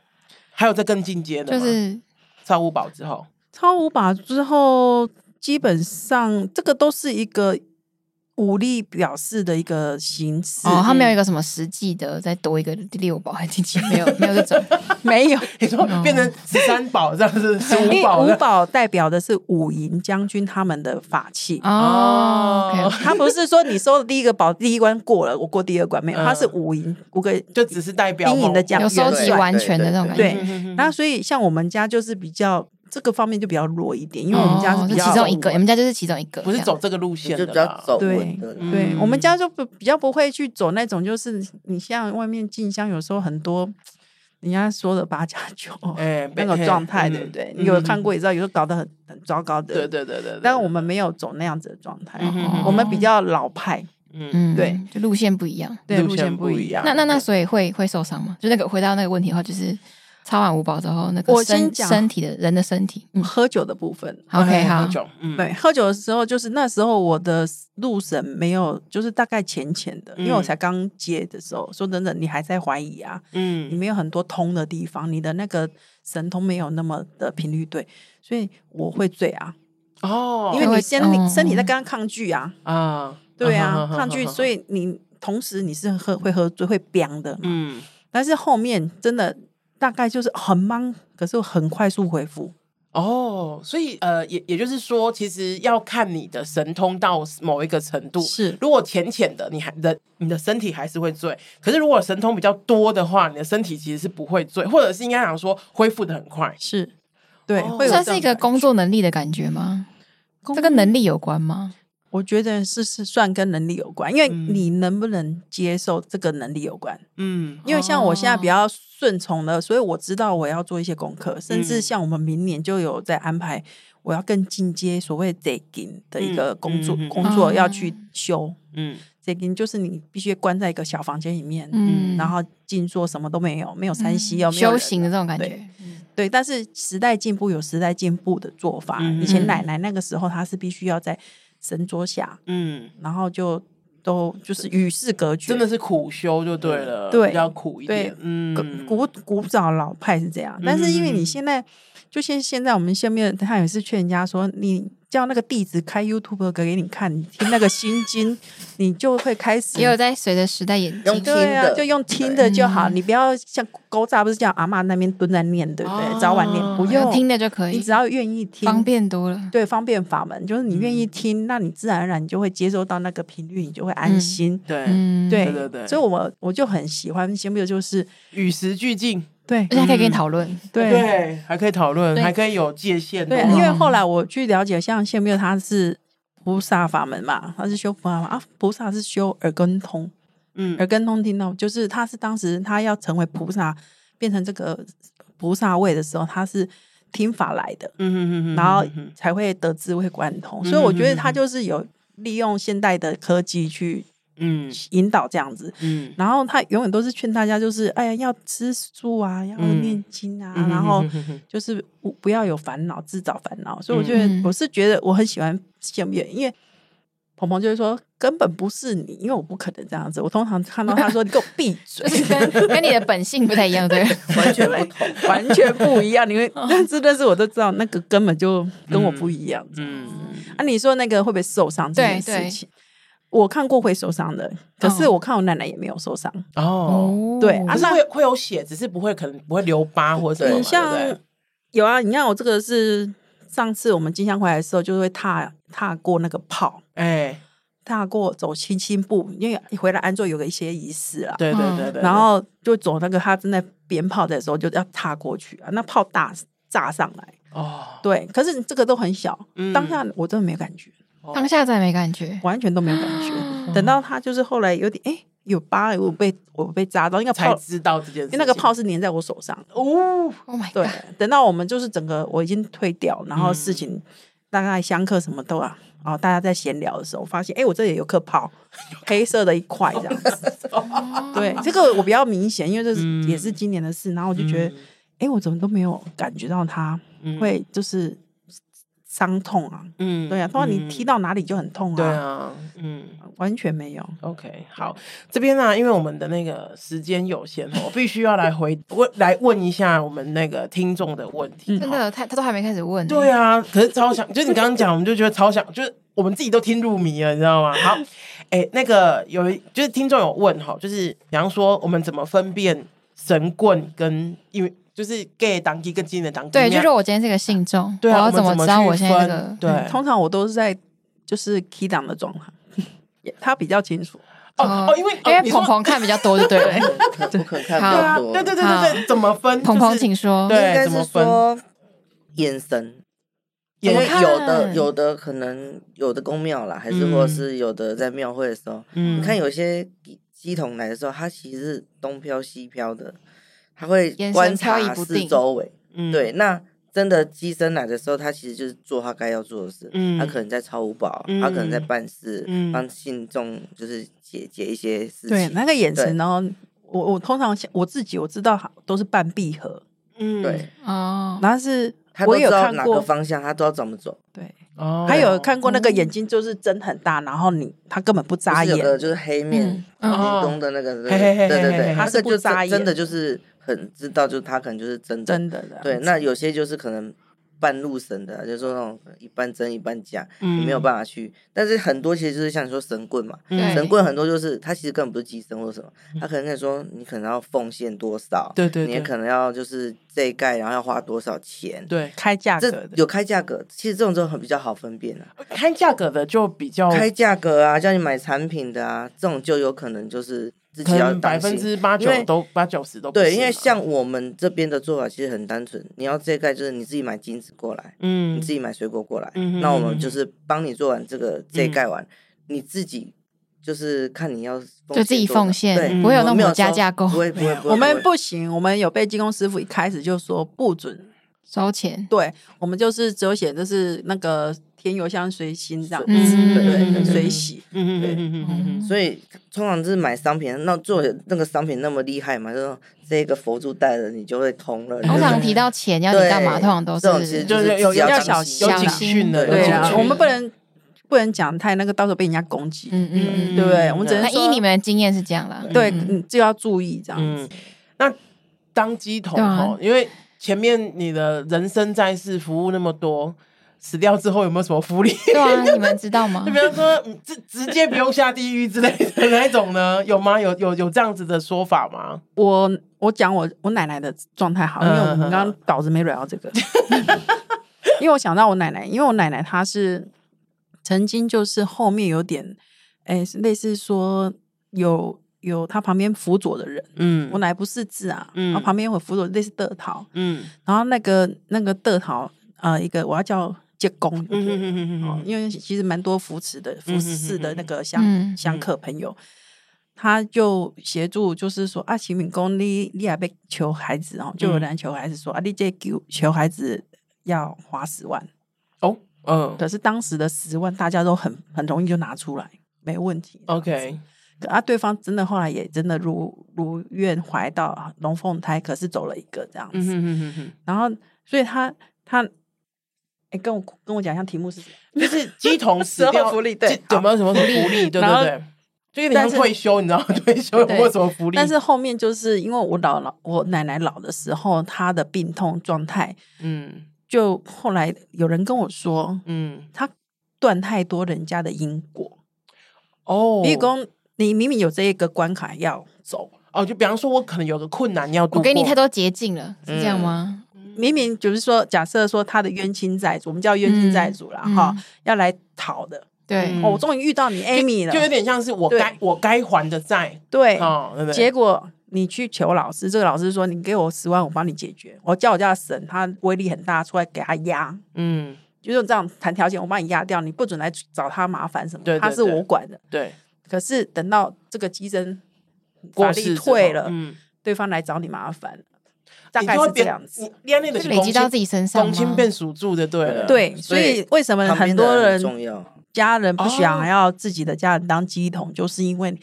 Speaker 1: 还有再更进阶的
Speaker 3: 就
Speaker 1: 吗，
Speaker 3: 是
Speaker 1: 超五宝之后，
Speaker 2: 超五把之后，基本上这个都是一个武力表示的一个形式，
Speaker 3: 哦，他没有一个什么实际的，再多一个第六宝还是第七，没有 没有这种。
Speaker 2: 没有。
Speaker 1: 你说变成十三宝这样子，十
Speaker 2: 因
Speaker 1: 五
Speaker 2: 为
Speaker 1: 宝
Speaker 2: 五
Speaker 1: 了
Speaker 2: 宝代表的是五营将军他们的法器，
Speaker 1: 哦
Speaker 3: 哦，OK，
Speaker 2: 他不是说你收的第一个宝第一关过了，我过第二关没有，
Speaker 1: 嗯
Speaker 2: 他是五营五个
Speaker 1: 就只是代表嗯
Speaker 2: 兵营的嗯将
Speaker 3: 有
Speaker 2: 军，
Speaker 3: 收集完全的那种感
Speaker 2: 对
Speaker 3: 觉。
Speaker 2: 那所以像我们家就是比较这个方面就比较弱一点，因为我们家
Speaker 3: 哦
Speaker 2: 是比
Speaker 3: 是
Speaker 2: 较
Speaker 3: 其中一
Speaker 1: 嗯
Speaker 3: 个，你们家就是其中一个，
Speaker 1: 不是
Speaker 3: 这样
Speaker 1: 走这个路线
Speaker 4: 就
Speaker 1: 的
Speaker 4: 比
Speaker 1: 啦
Speaker 4: 较走
Speaker 2: 对
Speaker 4: 稳的人，
Speaker 2: 对
Speaker 1: 嗯
Speaker 2: 我们家就不比较不会去走那种，就是你像外面进香，有时候很多人家说的八加九
Speaker 1: 哎
Speaker 2: 那种状态，
Speaker 1: 嗯
Speaker 2: 对不对？你有看
Speaker 1: 嗯
Speaker 2: 过也知道，有时候搞得很很糟糕的。
Speaker 1: 对对对对，对
Speaker 2: 但我们没有走那样子的状态，
Speaker 1: 嗯哼
Speaker 2: 我们比较老派，
Speaker 1: 嗯
Speaker 3: 嗯，
Speaker 2: 对，
Speaker 3: 就路线不一样。
Speaker 2: 对
Speaker 1: 路线
Speaker 2: 线
Speaker 1: 不一
Speaker 2: 一
Speaker 1: 样
Speaker 3: 那那那，所以会会受伤吗？就那个回到那个问题的话，就是擦完五宝之后，那个
Speaker 2: 我先
Speaker 3: 身
Speaker 2: 讲
Speaker 3: 身体的人的身体，嗯
Speaker 2: 喝酒的部分。
Speaker 3: ，OK，
Speaker 1: 哎
Speaker 3: 好
Speaker 1: 那，种嗯
Speaker 2: 对，喝酒的时候就是那时候我的路神没有，就是大概浅浅的，因为
Speaker 1: 嗯
Speaker 2: 我才刚接的时候，说真的，你还在怀疑啊，你
Speaker 1: 嗯
Speaker 2: 没有很多通的地方，你的那个神通没有那么的频率对，所以我会醉啊，
Speaker 1: 哦，
Speaker 2: 因为你先
Speaker 3: 哦
Speaker 2: 身体在跟他抗拒啊，
Speaker 1: 啊
Speaker 2: 对啊，抗 拒，所
Speaker 1: 以
Speaker 2: 以你同时你是喝会喝醉会飙的嘛，
Speaker 1: 嗯
Speaker 2: 但是后面真的大概就是很忙，可是我很快速恢复，
Speaker 1: 哦，所以呃也也就是说，其实要看你的神通到某一个程度。
Speaker 2: 是
Speaker 1: 如果浅浅的，你还你的你的身体还是会醉。可是如果神通比较多的话，你的身体其实是不会醉，或者是应该讲说恢复的很快。
Speaker 2: 是，对，
Speaker 1: 哦
Speaker 2: 会有
Speaker 3: 算
Speaker 2: 这种
Speaker 3: 是一个
Speaker 2: 感
Speaker 3: 工
Speaker 2: 觉，
Speaker 3: 作能力的感觉吗？
Speaker 2: 工嗯
Speaker 3: 这跟能力有关吗？嗯
Speaker 2: 我觉得是是算跟能力有关，因为
Speaker 1: 嗯
Speaker 2: 你能不能接受这个能力有关。
Speaker 1: 嗯
Speaker 2: 因为像我现在比
Speaker 3: 哦
Speaker 2: 较顺从了，所以我知道我要做一些功课，甚
Speaker 1: 嗯
Speaker 2: 至像我们明年就有在安排，我要更进阶所谓 z e g i n 的一个工作、
Speaker 1: 嗯嗯嗯
Speaker 2: 工作要去修。
Speaker 1: 嗯
Speaker 2: z e g i n 就是你必须关在一个小房间里面，
Speaker 3: 嗯，
Speaker 2: 然后静坐，什么都没有，没有
Speaker 3: 嗯
Speaker 2: 三息，哦，没有
Speaker 3: 修
Speaker 2: 人
Speaker 3: 行的这种感
Speaker 2: 对
Speaker 3: 觉，
Speaker 2: 对，但是时代进步有时代进步的做法。
Speaker 1: 嗯
Speaker 2: 以前
Speaker 3: 嗯
Speaker 2: 奶奶那个时候，她是必须要在神桌下，
Speaker 1: 嗯，
Speaker 2: 然后就都就是与世隔绝，
Speaker 1: 真的是苦修就对了，
Speaker 2: 对
Speaker 1: 比较苦一点
Speaker 2: 对，
Speaker 1: 嗯，
Speaker 2: 古古早老派是这样，但是因为你现在就现现在我们下面他也是劝人家说，你叫那个弟子开 YouTube 给你看，你听那个心经，你就会开始
Speaker 3: 也有在随着时代演进
Speaker 4: 用。
Speaker 2: 对啊，
Speaker 4: 听的
Speaker 2: 就用听的就好，
Speaker 3: 嗯
Speaker 2: 你不要像勾炸不是叫阿嬷那边蹲在念，对不对？
Speaker 1: 哦
Speaker 2: 早晚念不用
Speaker 3: 用听，的就可
Speaker 2: 你
Speaker 3: 以
Speaker 2: 只，要愿意听，
Speaker 3: 方便多了。
Speaker 2: 对方便法门，就是你愿意听，那你自然而然你就会接收到那个频率，你就会安
Speaker 3: 嗯
Speaker 2: 心。
Speaker 1: 对，
Speaker 3: 嗯，
Speaker 2: 对
Speaker 1: 对对对
Speaker 2: 所以我我就很喜欢先不就是
Speaker 1: 与时俱进，
Speaker 2: 对
Speaker 3: 而且还可
Speaker 2: 嗯
Speaker 3: 以跟你讨论。
Speaker 2: 对
Speaker 1: 对，还可以讨论，
Speaker 3: 对
Speaker 1: 还可以有界限的
Speaker 2: 对，
Speaker 1: 哦，
Speaker 2: 因为
Speaker 3: 嗯
Speaker 2: 后来我去了解，像谢缪他是菩萨法门嘛，他是修菩萨法啊，菩萨是修耳根通，
Speaker 1: 嗯
Speaker 2: 耳根通听到就是他是当时他要成为菩萨，变成这个菩萨位的时候，他是听法来的，
Speaker 1: 嗯嗯嗯，
Speaker 2: 然后
Speaker 1: 嗯嗯
Speaker 2: 才会得智慧贯通，
Speaker 1: 嗯
Speaker 2: 所以我觉得他就是有利用现代的科技去
Speaker 1: 嗯
Speaker 2: 引导这样子。
Speaker 1: 嗯，
Speaker 2: 然后他永远都是劝大家，就是哎呀，要吃素啊，要
Speaker 1: 嗯
Speaker 2: 念经啊，
Speaker 1: 嗯
Speaker 2: 然后
Speaker 1: 嗯嗯嗯嗯
Speaker 2: 就是不不要有烦恼，自找烦恼。所以我觉
Speaker 3: 嗯
Speaker 2: 得我是觉得我很喜欢羡慕，因为鹏鹏就会说根本不是你，因为我不可能这样子。我通常看到他说你给我闭嘴
Speaker 3: 就，是跟跟你的本性不太一 样，对不对？
Speaker 4: 完全不同。
Speaker 2: 完全不一样。你会，但是但是我都知道那个根本就跟我不一样。
Speaker 1: 嗯
Speaker 2: 啊，你说那个会不会受伤这件
Speaker 3: 对对
Speaker 2: 事情？我看过会受伤的，可是
Speaker 3: 哦
Speaker 2: 我看我奶奶也没有受伤。
Speaker 1: 哦，
Speaker 2: 对啊
Speaker 1: 还是
Speaker 2: 那
Speaker 1: 会会有血，只是不会可能不会留疤或者什么嘛，
Speaker 2: 你
Speaker 1: 对
Speaker 2: 像
Speaker 1: 不
Speaker 2: 有啊，你看我这个是上次我们进香回来的时候，就会踏踏过那个炮，
Speaker 1: 对哎，
Speaker 2: 踏过走亲亲步，因为一回来安座有个一些仪式啊，
Speaker 1: 对对
Speaker 3: 嗯
Speaker 1: 对对，
Speaker 2: 然后就走那个他正在鞭炮的时候就要踏过去啊，那炮大炸上来，
Speaker 1: 哦，
Speaker 2: 对，可是这个都很小，
Speaker 1: 嗯
Speaker 2: 当下我真的没感觉，
Speaker 3: 哦当下再没感觉，
Speaker 2: 完全都没有感
Speaker 1: 啊
Speaker 2: 觉，等到他就是后来有点哎、诶有疤，我被我被扎到，那个
Speaker 1: 才
Speaker 2: 炮，
Speaker 1: 知道这件事
Speaker 2: 因
Speaker 1: 情，
Speaker 2: 为那个炮是粘在我手上的。
Speaker 1: 哦，
Speaker 3: Oh my
Speaker 2: 对
Speaker 3: god！，
Speaker 2: 等到我们就是整个我已经退掉，然后事
Speaker 1: 嗯
Speaker 2: 情大概相克什么都啊，然后大家在闲聊的时候发现，哎、我这里有颗泡，黑色的一块这样子。
Speaker 1: 哦
Speaker 2: 对，这个我比较明显，因为这是
Speaker 1: 嗯
Speaker 2: 也是今年的事，然后我就觉得，哎、我怎么都没有感觉到它
Speaker 1: 嗯
Speaker 2: 会就是伤痛啊。
Speaker 1: 嗯
Speaker 2: 对啊，通常你踢
Speaker 1: 到
Speaker 2: 到哪里就很痛啊，
Speaker 1: 对啊，嗯。
Speaker 2: 完全没有。
Speaker 1: OK，好，这边呢、因为我们的那个时间有限哦，我必须要来回问来问一下我们那个听众的问题。
Speaker 3: 真的，他他都还没开始问。
Speaker 1: 对，啊，可是超想，就是你刚刚讲，我们就觉得超想，就是我们自己都听入迷了，你知道 吗？好，哎、那个有一就是听众有问哈，就是比方说我们怎么分辨神棍跟因为就是 gay 当机跟今的当机
Speaker 3: 对，
Speaker 1: 那
Speaker 3: 就
Speaker 1: 样
Speaker 3: 是我今天是个信众，
Speaker 1: 对啊，
Speaker 3: 我要
Speaker 1: 们
Speaker 3: 怎
Speaker 1: 么
Speaker 3: 知道
Speaker 1: 去
Speaker 3: 我现在这
Speaker 1: 分
Speaker 3: 个？嗯
Speaker 1: 对
Speaker 2: 通常我都是在就是 key 档的状态， 也他比较清楚。
Speaker 1: 哦哦，因为
Speaker 3: 嗯呃因
Speaker 1: 哦你
Speaker 3: 为
Speaker 1: 说
Speaker 3: 鹏鹏看比较多，就对 了。
Speaker 4: 不可看
Speaker 3: 好
Speaker 4: 比较多。
Speaker 1: 对对对对
Speaker 3: 嗯
Speaker 1: 对，怎么分？
Speaker 3: 鹏鹏，
Speaker 1: 就是
Speaker 3: 请说。
Speaker 1: 对
Speaker 4: 应该
Speaker 1: 怎么
Speaker 4: 是
Speaker 1: 分
Speaker 4: 说眼神，因
Speaker 1: 眼
Speaker 4: 为
Speaker 3: 看
Speaker 4: 有的有的可能有的公庙啦，还是
Speaker 1: 嗯
Speaker 4: 或是有的在庙会的时候，
Speaker 1: 嗯
Speaker 4: 你看有些鸡童来的时候，他其实是东飘西飘的，他会
Speaker 3: 眼神
Speaker 4: 观察
Speaker 3: 飘移不
Speaker 4: 四
Speaker 3: 定
Speaker 4: 周围。
Speaker 1: 嗯
Speaker 4: 对，那真的鸡生来的时候，他其实就是做他该要做的事。
Speaker 1: 嗯
Speaker 4: 他可能在超五宝，他可能在
Speaker 1: 嗯
Speaker 4: 办事，
Speaker 1: 嗯
Speaker 4: 帮信众就是解解一些事情。
Speaker 2: 对，那个眼
Speaker 4: 对
Speaker 2: 神，然后我我通常像我自己我知道都是半闭合，
Speaker 1: 嗯
Speaker 4: 对，
Speaker 3: 哦，
Speaker 2: 但是
Speaker 4: 他都
Speaker 2: 我也
Speaker 4: 知
Speaker 2: 有
Speaker 4: 道
Speaker 2: 看
Speaker 4: 哪个
Speaker 2: 过，
Speaker 4: 方向，他都要怎么走。
Speaker 2: 对，
Speaker 1: 哦
Speaker 2: 还有看过那个眼睛就是睁很大，然后你他根本不
Speaker 4: 不
Speaker 2: 眨
Speaker 4: 是有
Speaker 2: 眼，
Speaker 4: 个就是黑面
Speaker 3: 嗯
Speaker 4: 女
Speaker 1: 哦
Speaker 4: 工的那个，对
Speaker 1: 嘿嘿嘿
Speaker 4: 对
Speaker 1: 嘿
Speaker 4: 对
Speaker 1: 嘿
Speaker 4: 对，
Speaker 1: 他
Speaker 4: 那
Speaker 2: 是
Speaker 4: 个
Speaker 2: 不
Speaker 4: 就
Speaker 2: 眨
Speaker 4: 真真的
Speaker 2: 眼
Speaker 4: 就是很知道，就他可能就是真的。
Speaker 2: 真的的，
Speaker 4: 对，那有些就是可能半路神的啊，就是说那种一半真一半假，
Speaker 1: 嗯
Speaker 4: 你没有办法去。但是很多其实就是像你说神棍嘛，
Speaker 1: 嗯
Speaker 4: 神
Speaker 3: 对
Speaker 4: 棍很多就是他其实根本不是寄生或什么，他可能跟你说你可能要奉献多少，
Speaker 1: 对对
Speaker 4: 你也
Speaker 1: 对
Speaker 4: 可能要就是这一盖，然后要花多少钱，
Speaker 1: 对
Speaker 2: 开价格
Speaker 4: 这
Speaker 2: 的，
Speaker 4: 有开价格，其实这种就很比较好分辨啊。
Speaker 1: 看价格的就比
Speaker 3: 哦
Speaker 1: 较
Speaker 4: 开价格啊，叫你买产品的啊，这种就有可能就是自己
Speaker 1: 可
Speaker 4: 要
Speaker 1: 能
Speaker 4: 当
Speaker 1: 百
Speaker 4: 心
Speaker 1: 分之八
Speaker 4: 因
Speaker 1: 九
Speaker 4: 为
Speaker 1: 都八九十都不
Speaker 4: 对，
Speaker 1: 是
Speaker 4: 因为
Speaker 1: 嘛
Speaker 4: 像我们这边的做法其实很单纯，你要这盖就是你自己买金子过来，
Speaker 1: 嗯
Speaker 4: 你自己买水果过来，
Speaker 1: 嗯哼
Speaker 4: 那我们
Speaker 1: 嗯
Speaker 4: 就
Speaker 1: 哼
Speaker 4: 是帮你做完这个这盖完，你自己就是看你要
Speaker 3: 就自己奉献
Speaker 4: 对，
Speaker 1: 不会有
Speaker 4: 我
Speaker 3: 那
Speaker 4: 没
Speaker 3: 种
Speaker 4: 有
Speaker 3: 加
Speaker 4: 说
Speaker 3: 价购
Speaker 4: 不会不会，会
Speaker 2: 我们
Speaker 4: 会
Speaker 2: 不行，我们有被技工师傅一开始就说不准，
Speaker 3: 收钱。
Speaker 2: 对我们就是只有写就是那个。添油香随心这样子，
Speaker 3: 嗯
Speaker 2: 对对对，
Speaker 1: 嗯
Speaker 2: 随喜。
Speaker 1: 嗯
Speaker 2: 对
Speaker 1: 嗯嗯嗯
Speaker 4: 所以通常就是买商品，那做那个商品那么厉害嘛，就是这个佛珠戴了你就会通了。
Speaker 3: 通常提到钱要你
Speaker 4: 对
Speaker 3: 干嘛，通常都
Speaker 4: 这种其实
Speaker 3: 是
Speaker 1: 就
Speaker 4: 就是是
Speaker 1: 有
Speaker 4: 只要
Speaker 2: 要
Speaker 4: 当
Speaker 2: 小
Speaker 4: 心
Speaker 1: 有
Speaker 3: 小
Speaker 1: 警
Speaker 3: 心
Speaker 1: 讯的，
Speaker 4: 对
Speaker 1: 有
Speaker 2: 对
Speaker 1: 警
Speaker 2: 啊，
Speaker 1: 讯
Speaker 2: 我们不能不能讲太那个，到时候被人家攻击。
Speaker 3: 嗯嗯嗯，
Speaker 2: 对不对？我们只
Speaker 3: 那
Speaker 2: 能
Speaker 3: 依
Speaker 2: 说
Speaker 3: 你们的经验是这样啦，
Speaker 2: 对，
Speaker 3: 嗯
Speaker 2: 嗯，就要注意这样
Speaker 1: 嗯
Speaker 2: 子。，
Speaker 1: 那当鸡桶
Speaker 3: 对啊
Speaker 1: 哦，因为前面你的人生在世服务那么多，死掉之后有没有什么福 利？
Speaker 3: 对啊，你们知 道吗
Speaker 1: 就？比方说，嗯直直接不用下地狱之类的那一种呢？有吗？有有有这样子的说法吗？
Speaker 2: 我我讲我我奶奶的状态好，因为我
Speaker 1: 嗯
Speaker 2: 们刚刚稿子没聊到这个， 因为我想到我奶奶，因为我奶奶她是曾经就是后面有点，哎，是类似说有有她旁边辅佐的人，
Speaker 1: 嗯
Speaker 2: 我奶奶不识字啊，
Speaker 1: 嗯
Speaker 2: 然后旁边有辅佐类似德桃，
Speaker 1: 嗯
Speaker 2: 然后那个那个德桃呃一个我要叫介公，
Speaker 1: 嗯嗯嗯
Speaker 2: 哦，
Speaker 1: 嗯
Speaker 2: 因为其实蛮多扶持的扶持的那个香、
Speaker 3: 嗯
Speaker 2: 香客朋友，他就协助，就是说啊，秦敏公你你也被求孩子哦，
Speaker 1: 嗯
Speaker 2: 就有人求孩子说、啊，你这求求孩子要花十万，
Speaker 1: 哦嗯
Speaker 2: 可是当时的十万大家都很很容易就拿出来，没问题。
Speaker 1: 哦，OK，
Speaker 2: 可啊，对方真的后来也真的如如愿怀到龙凤胎，可是走了一个这样子，
Speaker 1: 嗯哼哼哼哼，
Speaker 2: 然后所以他他哎、跟我跟我讲一下题目是什么？
Speaker 1: 就是鸡 桶死
Speaker 2: 社
Speaker 1: 掉
Speaker 2: 会福利对
Speaker 1: 鸡有没有什么福利？对对
Speaker 2: 然后
Speaker 1: 对，就有点像
Speaker 2: 但是
Speaker 1: 退休，你知道吗退休有没有
Speaker 2: 对
Speaker 1: 什么福利？
Speaker 2: 但是后面就是因为我姥姥、我奶奶老的时候，她的病痛状态，
Speaker 1: 嗯
Speaker 2: 就后来有人跟我说，
Speaker 1: 嗯
Speaker 2: 她断太多人家的因果。
Speaker 1: 哦，
Speaker 2: 比如说，你明明有这一个关卡要走，
Speaker 1: 哦，就比方说，我可能有个困难要度过，
Speaker 3: 我
Speaker 1: 嗯
Speaker 3: 给你太多捷径了，是这样吗？
Speaker 2: 明明就是说，假设说她的冤亲债主，我们叫冤亲债主啦，
Speaker 3: 嗯
Speaker 2: 哈、要来讨的。
Speaker 1: 嗯
Speaker 3: 对，
Speaker 2: 哦，我终于遇到你 Amy 了，
Speaker 1: 就有点像是我
Speaker 2: 对
Speaker 1: 该我该还的债
Speaker 2: 对，
Speaker 1: 哦，对不对？
Speaker 2: 结果你去求老师，这个老师说你给我十万，我帮你解决。我叫我家的神，他威力很大，出来给他压。
Speaker 1: 嗯，
Speaker 2: 就是这样谈条件，我帮你压掉，你不准来找他麻烦什么，
Speaker 1: 对对
Speaker 2: 他是我管的。
Speaker 1: 对，
Speaker 2: 可是等到这个机身
Speaker 1: 过
Speaker 2: 法
Speaker 1: 世
Speaker 2: 力
Speaker 1: 之后
Speaker 2: 退了，
Speaker 1: 嗯，
Speaker 2: 对方来找你麻烦，大
Speaker 1: 你
Speaker 2: 概
Speaker 1: 就会
Speaker 2: 是这
Speaker 1: 变
Speaker 2: 样子。，
Speaker 1: 你安内的
Speaker 3: 就累积到自己身上
Speaker 1: 公亲
Speaker 3: 吗？
Speaker 1: 变属住的，对了，
Speaker 2: 对，
Speaker 4: 所
Speaker 2: 所
Speaker 4: 以
Speaker 2: 以为什么
Speaker 4: 旁边
Speaker 2: 很
Speaker 4: 的
Speaker 2: 多
Speaker 4: 人
Speaker 2: 人
Speaker 4: 很重要，
Speaker 2: 家人不
Speaker 1: 哦
Speaker 2: 想要自己的家人当鸡桶，就是因为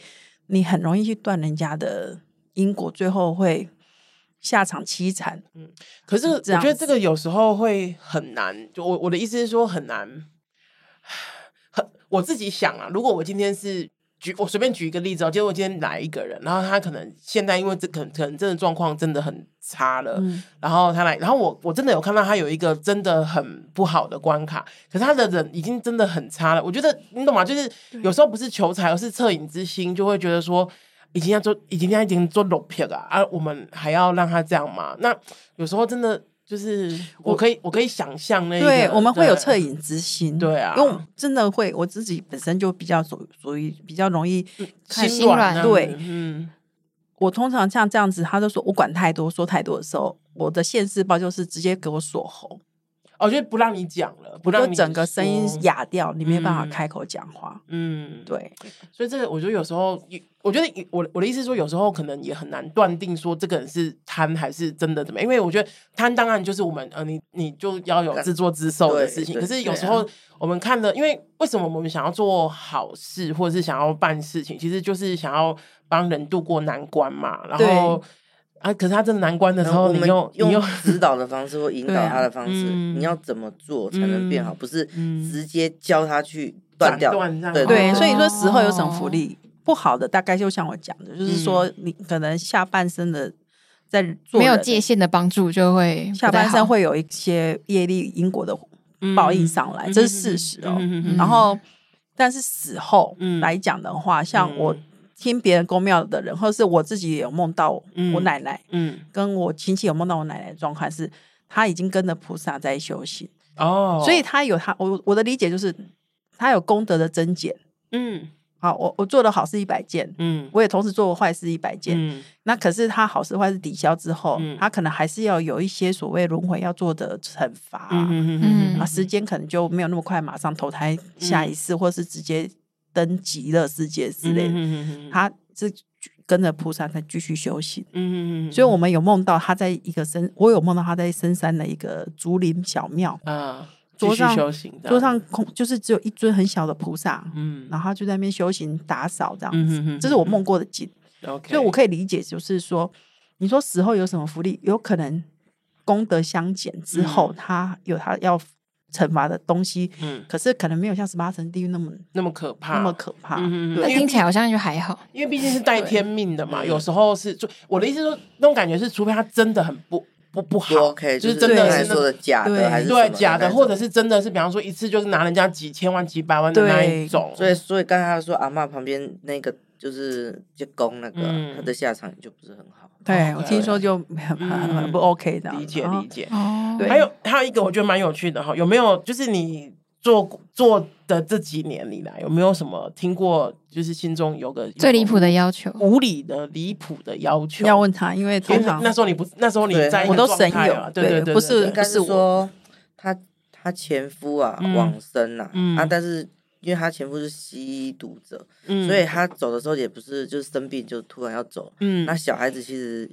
Speaker 2: 你很容易去断人家的因果，最后会下场凄惨。
Speaker 1: 可是我
Speaker 2: 这样
Speaker 1: 觉得
Speaker 2: 子
Speaker 1: 这个有时候会很难，就我我的意思是说很难， 很我自己想啊，如果我今天是举我随便举一个例子哦，结果今天来一个人，然后他可能现在因为这可能可能真的状况真的很差了，
Speaker 2: 嗯
Speaker 1: 然后他来，然后我我真的有看到他有一个真的很不好的关卡，可是他的人已经真的很差了。我觉得你懂吗？就是有时候不是求财，而是恻隐之心，就会觉得说。已经要做，已经要已经做裸撇了啊！我们还要让他这样吗？那有时候真的就是，我可以，我可以想象那一个
Speaker 2: 对，我们会有
Speaker 1: 对
Speaker 2: 恻隐之心，
Speaker 1: 对啊
Speaker 2: 因为我真的会，我自己本身就比较属属于比较容易看
Speaker 3: 心软
Speaker 1: 这样子
Speaker 2: 对
Speaker 1: 嗯，
Speaker 2: 我通常像这样子，他就说我管太多，说太多的时候，我的现世报就是直接给我锁喉，
Speaker 1: 哦，就不让你讲了，不
Speaker 2: 我就
Speaker 1: 让你
Speaker 2: 整个声音
Speaker 1: 说，
Speaker 2: 哑掉，你没办法
Speaker 1: 嗯
Speaker 2: 开口讲话。
Speaker 1: 嗯，对。
Speaker 2: 对，
Speaker 1: 所以这个，我觉得有时候，我觉得我我的意思是说，有时候可能也很难断定说这个人是贪还是真的怎么样，因为我觉得贪当然就是我们呃，你你就要有自作自受的事情。
Speaker 4: 对
Speaker 1: 可
Speaker 4: 对
Speaker 1: 是有时候我们看的，因为为什么我们想要做好事或者是想要办事情，其实就是想要帮人渡过难关嘛。然后啊，可是他真的难关的时
Speaker 4: 然后
Speaker 1: 候，
Speaker 4: 我
Speaker 1: 你
Speaker 4: 们
Speaker 1: 又你又
Speaker 4: 用 指导的方式或引导
Speaker 2: 对啊
Speaker 4: 他的方式，
Speaker 1: 嗯
Speaker 4: 你要怎么做才能变好，
Speaker 1: 嗯
Speaker 4: 不是
Speaker 1: 嗯
Speaker 4: 直接教他去断掉。
Speaker 1: 斩断这样
Speaker 4: 对
Speaker 2: 对，
Speaker 3: 哦
Speaker 2: 所以说死后有什么
Speaker 1: 哦
Speaker 2: 福利？不好的大概就像我讲的，就是说
Speaker 1: 嗯
Speaker 2: 你可能下半生的在做
Speaker 3: 没有
Speaker 2: 人
Speaker 3: 界，限的帮助就会不
Speaker 2: 下
Speaker 3: 太
Speaker 2: 半生
Speaker 3: 好
Speaker 2: 会有一些业力因果的报应上来，这是事实
Speaker 1: 嗯
Speaker 2: 哦。
Speaker 1: 嗯嗯嗯嗯嗯
Speaker 2: 然后，但是死后
Speaker 1: 嗯
Speaker 2: 来讲的话，像我
Speaker 1: 嗯
Speaker 2: 听别人公庙的人，或是我自己也有梦到
Speaker 1: 嗯
Speaker 2: 我奶奶，
Speaker 1: 嗯
Speaker 2: 跟我亲戚有梦到我奶奶的状况是，她已经跟着菩萨在修行，
Speaker 1: 哦，
Speaker 2: 所以她有她我我的理解就是，她有功德的增减。
Speaker 1: 嗯
Speaker 2: 好，我我做的好事一百件。
Speaker 1: 嗯
Speaker 2: 我也同时做过坏事一百件，
Speaker 1: 嗯
Speaker 2: 那可是她好事坏事抵消之后，
Speaker 1: 嗯
Speaker 2: 她可能还是要有一些所谓轮回要做的惩罚啊、
Speaker 1: 嗯
Speaker 3: 嗯
Speaker 2: 啊，时间可能就没有那么快，马上投胎下一世，或是直接登极乐世界
Speaker 1: 嗯
Speaker 2: 之类的。
Speaker 1: 的
Speaker 2: 他是跟着菩萨在继续修行，
Speaker 1: 嗯嗯嗯，
Speaker 2: 所以我们有梦到他在一个深，我有梦到他在深山的一个竹林小庙，
Speaker 1: 啊，继
Speaker 2: 桌
Speaker 1: 续
Speaker 2: 上
Speaker 1: 修行这样，
Speaker 2: 桌上空就是只有一尊很小的菩萨，
Speaker 1: 嗯，
Speaker 2: 然后他就在那边修行打扫这样
Speaker 1: 嗯
Speaker 2: 子，
Speaker 1: 哼哼嗯
Speaker 2: 这是我梦过的景。
Speaker 1: OK，
Speaker 2: 所以我可以理解，就是说，你说死后有什么福利，有可能功德相减之后，他有他要惩罚的东西，
Speaker 1: 嗯
Speaker 2: 可是可能没有像十八层地狱那么
Speaker 1: 那么可怕，
Speaker 2: 那么可怕。
Speaker 1: 嗯嗯嗯
Speaker 3: 但
Speaker 1: 因为
Speaker 3: 听起来好像就还好。
Speaker 1: 因为毕竟是带天命的嘛，有时候是就我的意思是说，那种感觉是，除非他真的很不不不好
Speaker 4: 不 OK，
Speaker 1: 就是是真
Speaker 4: 刚
Speaker 1: 的
Speaker 4: 才
Speaker 1: 是那
Speaker 4: 说的假
Speaker 2: 对
Speaker 4: 的还是
Speaker 1: 对
Speaker 4: 什么
Speaker 1: 假的，
Speaker 4: 那种
Speaker 1: 或者是真的是，比方说一次就是拿人家几千万、几百万的那一
Speaker 2: 对
Speaker 1: 种，
Speaker 4: 所以所以刚才他说阿嬷旁边那个就是就攻那个、
Speaker 1: 嗯
Speaker 4: 他的下场就不是很好。
Speaker 2: 对
Speaker 1: 哦
Speaker 2: 我
Speaker 1: 对
Speaker 2: 听说就很很
Speaker 1: 嗯
Speaker 2: 很不 OK 的，
Speaker 1: 理解
Speaker 2: 然后
Speaker 1: 理解。
Speaker 3: 哦，
Speaker 2: 对
Speaker 1: 还有还有一个我觉得蛮有趣的哈，有没有就是你做做的这几年里来，有没有什么听过就是心中有个
Speaker 3: 最离谱的要求，
Speaker 1: 无理的离谱的要求？
Speaker 2: 要问他，因为
Speaker 1: 因
Speaker 2: 通
Speaker 1: 为那
Speaker 2: 常
Speaker 1: 那时候你不那时候你
Speaker 4: 对
Speaker 1: 在一个
Speaker 2: 我都
Speaker 1: 状
Speaker 2: 神
Speaker 1: 态
Speaker 2: 游
Speaker 1: 啊对
Speaker 2: 对
Speaker 1: 对对，
Speaker 2: 不
Speaker 1: 对
Speaker 2: 是
Speaker 1: 对
Speaker 4: 应该
Speaker 2: 不
Speaker 4: 是
Speaker 2: 我
Speaker 4: 说他他前夫啊、
Speaker 1: 嗯
Speaker 4: 往生呐、啊
Speaker 1: 嗯
Speaker 4: 但是因为他前夫是吸毒者，
Speaker 1: 嗯
Speaker 4: 所以他走的时候也不是就是生病就突然要走。
Speaker 1: 嗯
Speaker 4: 那小孩子其实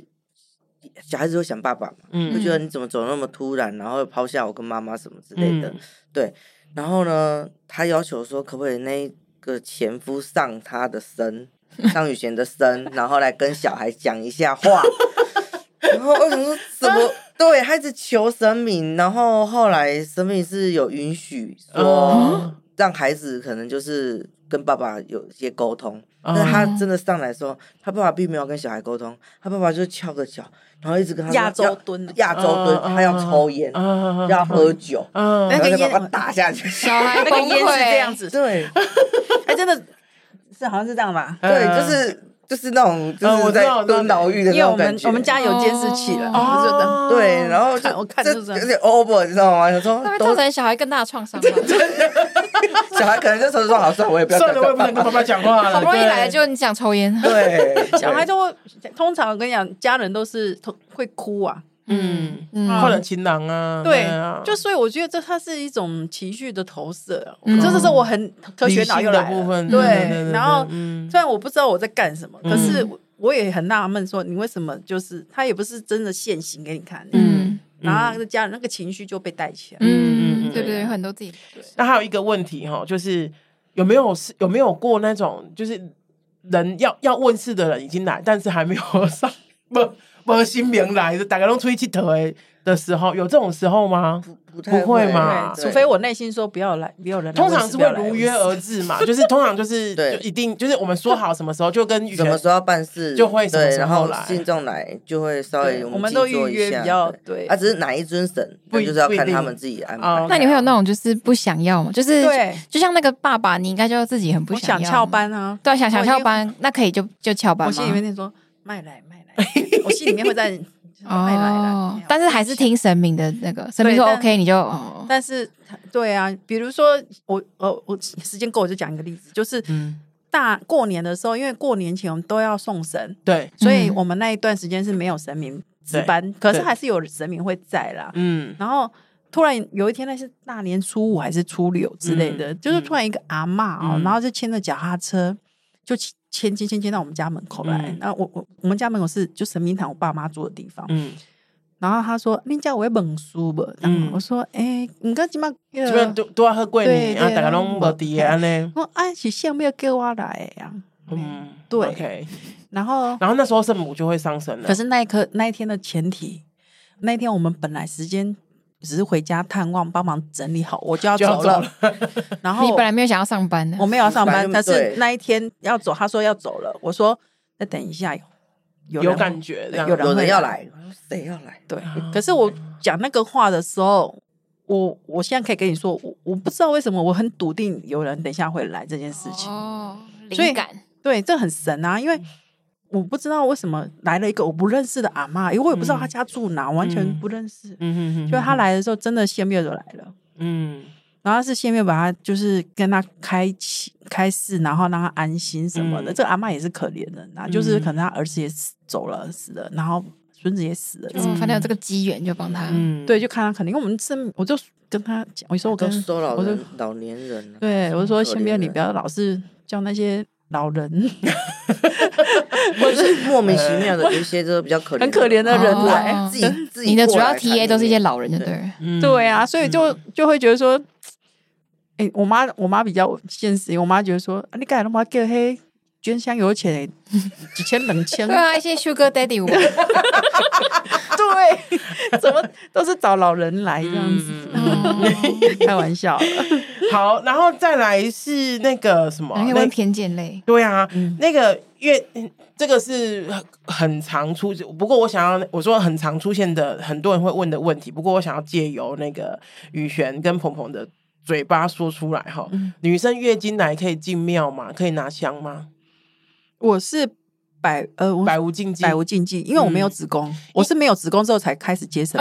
Speaker 4: 小孩子会想爸爸嘛，
Speaker 1: 嗯
Speaker 4: 会觉得你怎么走那么突然，然后抛下我跟妈妈什么之类的。
Speaker 1: 嗯
Speaker 4: 然后呢，他要求说，可不可以那个前夫上他的身，上雨贤的身，然后来跟小孩讲一下话。然后我想说，怎么对，他一直求神明，然后后来神明是有允许说
Speaker 1: 嗯，
Speaker 4: 让孩子可能就是跟爸爸有一些沟通，
Speaker 1: 嗯
Speaker 4: 但是他真的上来的时候，他爸爸并没有跟小孩沟通，他爸爸就翘个脚，然后一直跟他说
Speaker 2: 亚洲
Speaker 4: 要
Speaker 2: 蹲的
Speaker 4: 亚洲蹲，
Speaker 1: 嗯
Speaker 4: 他要抽烟，
Speaker 1: 啊
Speaker 4: 要哎喝酒，
Speaker 1: 嗯
Speaker 4: 然后
Speaker 2: 那个
Speaker 4: 再把
Speaker 2: 烟
Speaker 4: 他打下去。
Speaker 3: 小孩
Speaker 2: 那个
Speaker 3: 崩
Speaker 2: 烟是这样
Speaker 3: 溃，
Speaker 2: 子，
Speaker 4: 对
Speaker 2: 哎，真的是好像是这样吧？
Speaker 4: 对，
Speaker 1: 呃
Speaker 4: 就是就是那种
Speaker 1: 嗯
Speaker 4: 就
Speaker 1: 我
Speaker 4: 是
Speaker 1: 知
Speaker 4: 在
Speaker 1: 道我知道
Speaker 4: 蹲牢狱的
Speaker 2: 因为
Speaker 4: 那
Speaker 2: 我
Speaker 4: 种感
Speaker 2: 们
Speaker 4: 觉。
Speaker 2: 我们家有监视器了，
Speaker 1: 哦
Speaker 2: 我就等。
Speaker 4: 对，然后就
Speaker 2: 看我看就这样
Speaker 4: 有点 over，你知道吗？想说
Speaker 3: 那会造
Speaker 4: 都
Speaker 3: 成小孩更大的创伤吧。
Speaker 4: 小孩可能就说说好，算了我也不要
Speaker 1: 算了，我也
Speaker 4: 讲
Speaker 1: 不能跟爸爸讲话了。
Speaker 3: 好不容易
Speaker 1: 对
Speaker 3: 来了，就你想抽烟，
Speaker 4: 对，
Speaker 2: 小孩
Speaker 4: 对
Speaker 2: 都会，通常我跟你讲，家人都是通会哭啊，
Speaker 1: 嗯，
Speaker 3: 嗯
Speaker 1: 或者情郎啊，
Speaker 2: 对
Speaker 1: 啊，
Speaker 2: 就所以我觉得这它是一种情绪的投射啊，
Speaker 1: 嗯
Speaker 2: 这就是我很科学脑又来
Speaker 1: 理性的部
Speaker 2: 了，
Speaker 1: 分
Speaker 2: 对
Speaker 1: 对对对
Speaker 2: 然后
Speaker 1: 嗯
Speaker 2: 虽然我不知道我在干什么，可是
Speaker 1: 嗯
Speaker 2: 我我也很纳闷，说你为什么就是他也不是真的现行给你看，
Speaker 3: 嗯
Speaker 2: 然后他的家人那个情绪就被带起来，
Speaker 1: 嗯嗯
Speaker 3: 嗯
Speaker 1: 嗯
Speaker 3: 嗯，对对，有很多自己
Speaker 1: 那还有一个问题哈，就是有没有是有没有过那种就是人要要问世的人已经来，但是还没有 上，不不新名来，就大家都出去剃头的的时候，有这种时候吗？
Speaker 4: 不太
Speaker 1: 不会嘛啊
Speaker 2: 对，除非我内心说不要来，没有人来
Speaker 1: 通
Speaker 2: 问
Speaker 1: 常
Speaker 2: 事
Speaker 1: 是
Speaker 2: 不
Speaker 1: 会
Speaker 2: 要来
Speaker 1: 如
Speaker 2: 问
Speaker 1: 约
Speaker 2: 事
Speaker 1: 而至嘛，就是通常就是
Speaker 4: 对
Speaker 1: 就一定就是我们说好什么时候就跟以
Speaker 4: 什么
Speaker 1: 前
Speaker 4: 时候要办事
Speaker 1: 就会什么
Speaker 4: 对，
Speaker 1: 时
Speaker 4: 然
Speaker 1: 候
Speaker 4: 后
Speaker 1: 来
Speaker 4: 信众来就会稍微
Speaker 2: 对我
Speaker 4: 们
Speaker 2: 们都
Speaker 4: 静坐
Speaker 2: 预
Speaker 4: 一
Speaker 2: 约比
Speaker 4: 下
Speaker 2: 较对
Speaker 4: 啊，只是哪一尊神，
Speaker 1: 不
Speaker 4: 那
Speaker 1: 一
Speaker 4: 就是要
Speaker 1: 不一
Speaker 4: 看他
Speaker 1: 定
Speaker 4: 们自己安
Speaker 1: 哦
Speaker 4: 排。
Speaker 3: 那你会有那种就是不想要吗？就是
Speaker 2: 对
Speaker 3: 就像那个爸爸，你应该就自己很不
Speaker 2: 我想
Speaker 3: 要
Speaker 2: 翘，班啊，
Speaker 3: 对，想想
Speaker 2: 我已经
Speaker 3: 翘班，那可以就就翘班
Speaker 2: 我
Speaker 3: 吗？
Speaker 2: 心里面在说卖来卖来，我心里面会 在卖来
Speaker 3: 哦
Speaker 2: 了，，
Speaker 3: 但是还是听神明的那个，神明说
Speaker 2: 但
Speaker 3: OK，你就哦，
Speaker 2: 但是，对啊，比如说我，我，我时间够，我就讲一个例子，就是
Speaker 1: 嗯
Speaker 2: 大过年的时候，因为过年前我们都要送神，
Speaker 1: 对
Speaker 2: 所以
Speaker 3: 嗯
Speaker 2: 我们那一段时间是没有神明值班，可是还是有神明会在啦。
Speaker 1: 嗯
Speaker 2: 然后突然有一天，那是大年初五还是初六之类的，
Speaker 1: 嗯
Speaker 2: 就是突然一个阿嬷哦，
Speaker 1: 嗯
Speaker 2: 然后就牵着脚踏车，就牵牵牵牵牵到我们家门口来
Speaker 1: 嗯。
Speaker 2: 然后我我我们家门口是就神明堂我爸妈住的地方，
Speaker 1: 嗯，
Speaker 2: 然后他说：“你家有会本书不？”
Speaker 1: 嗯
Speaker 2: 嗯，我说：“哎、你跟今麦，
Speaker 1: 基本上都都要喝过
Speaker 2: 啊对
Speaker 1: 年啊，
Speaker 2: 对
Speaker 1: 大家
Speaker 2: 都
Speaker 1: 拢无
Speaker 2: 没
Speaker 1: 滴安呢，
Speaker 2: 我哎是想要叫我来呀、啊。
Speaker 1: 嗯，
Speaker 2: 对
Speaker 1: OK，”
Speaker 2: 然后，
Speaker 1: 然后那时候圣母就会上身了，
Speaker 2: 可是那一刻那一天的前提，那一天我们本来时间只是回家探望，帮忙整理好，我就要
Speaker 1: 就要
Speaker 2: 走
Speaker 1: 走
Speaker 2: 了。
Speaker 1: 了，
Speaker 2: 然
Speaker 3: 你
Speaker 2: 后
Speaker 3: 本来没有想要上班的
Speaker 2: 我，没有要上班，
Speaker 4: 本来
Speaker 2: 但
Speaker 4: 就对
Speaker 2: 是那一天要走，他说要走了，我说：“那等一下有有
Speaker 1: 有
Speaker 2: 人
Speaker 1: 感觉这样，
Speaker 2: 有人
Speaker 4: 有
Speaker 2: 会
Speaker 4: 人要
Speaker 2: 来
Speaker 4: 来，我说谁要来？
Speaker 2: 对
Speaker 1: 啊，
Speaker 2: 可是我讲那个话的时候，我我现在可以跟你说，我我不知道为什么我很笃定有人等一下会来这件事情。
Speaker 3: 哦，
Speaker 2: 所以
Speaker 3: 灵感，
Speaker 2: 对，这很神啊，因为我不知道为什么来了一个我不认识的阿嬷，因为我也不知道她家住哪，完全不认识。
Speaker 1: 嗯嗯嗯
Speaker 2: 就她，来的时候，真的仙庙就来了。
Speaker 1: 嗯
Speaker 2: 然后是仙庙把她就是跟她开启开示，然后让她安心什么的。
Speaker 1: 嗯
Speaker 2: 这个阿嬷也是可怜人啊，就是
Speaker 1: 嗯
Speaker 2: 可能她儿子也死走了，死了，然后孙子也死了，
Speaker 3: 嗯，反正有这个机缘就帮他，
Speaker 1: 嗯，
Speaker 2: 对，就看他肯定，因为我们是，我就跟他讲，我说我
Speaker 4: 都
Speaker 2: 跟
Speaker 4: 收老
Speaker 2: 我就
Speaker 4: 人老年人了，啊
Speaker 2: 对我就说
Speaker 4: 可
Speaker 2: 先不
Speaker 4: 怜
Speaker 2: 要你
Speaker 4: 了
Speaker 2: 不要老是叫那些老人，
Speaker 4: 或者是莫名其 妙的一些就是比较可怜，
Speaker 2: 很可怜的人来。
Speaker 3: 哦
Speaker 4: 哎自己自己
Speaker 3: 你的主
Speaker 4: 过
Speaker 3: 要
Speaker 4: 来
Speaker 3: TA
Speaker 4: 看
Speaker 3: 都是一
Speaker 4: 你
Speaker 3: 些老人，就对了。
Speaker 1: 嗯
Speaker 2: 对啊，所以就就会觉得说，哎、我妈我妈比较现实，我妈觉得说，啊、你干嘛给黑捐香油钱、几千两千，
Speaker 3: 对啊，一些 Sugar Daddy 我
Speaker 2: 对， 怎么都是找老人来这样子，
Speaker 3: 嗯
Speaker 2: 开玩笑了。
Speaker 1: 好，然后再来是那个什么，
Speaker 3: 然后
Speaker 1: 那
Speaker 3: 问偏见 类，
Speaker 1: 对啊，那个因为嗯这个是很很常出，不过我想要我说很常出现的很多人会问的问题，不过我想要借由那个雨璇跟鹏鹏的嘴巴说出来哈，女生月经来可以进庙吗？可以拿香吗？
Speaker 2: 我是百呃我
Speaker 1: 百无禁忌，
Speaker 2: 百无禁忌，因为我没有
Speaker 1: 嗯
Speaker 2: 子宫，我是没有子宫之后才开始接生。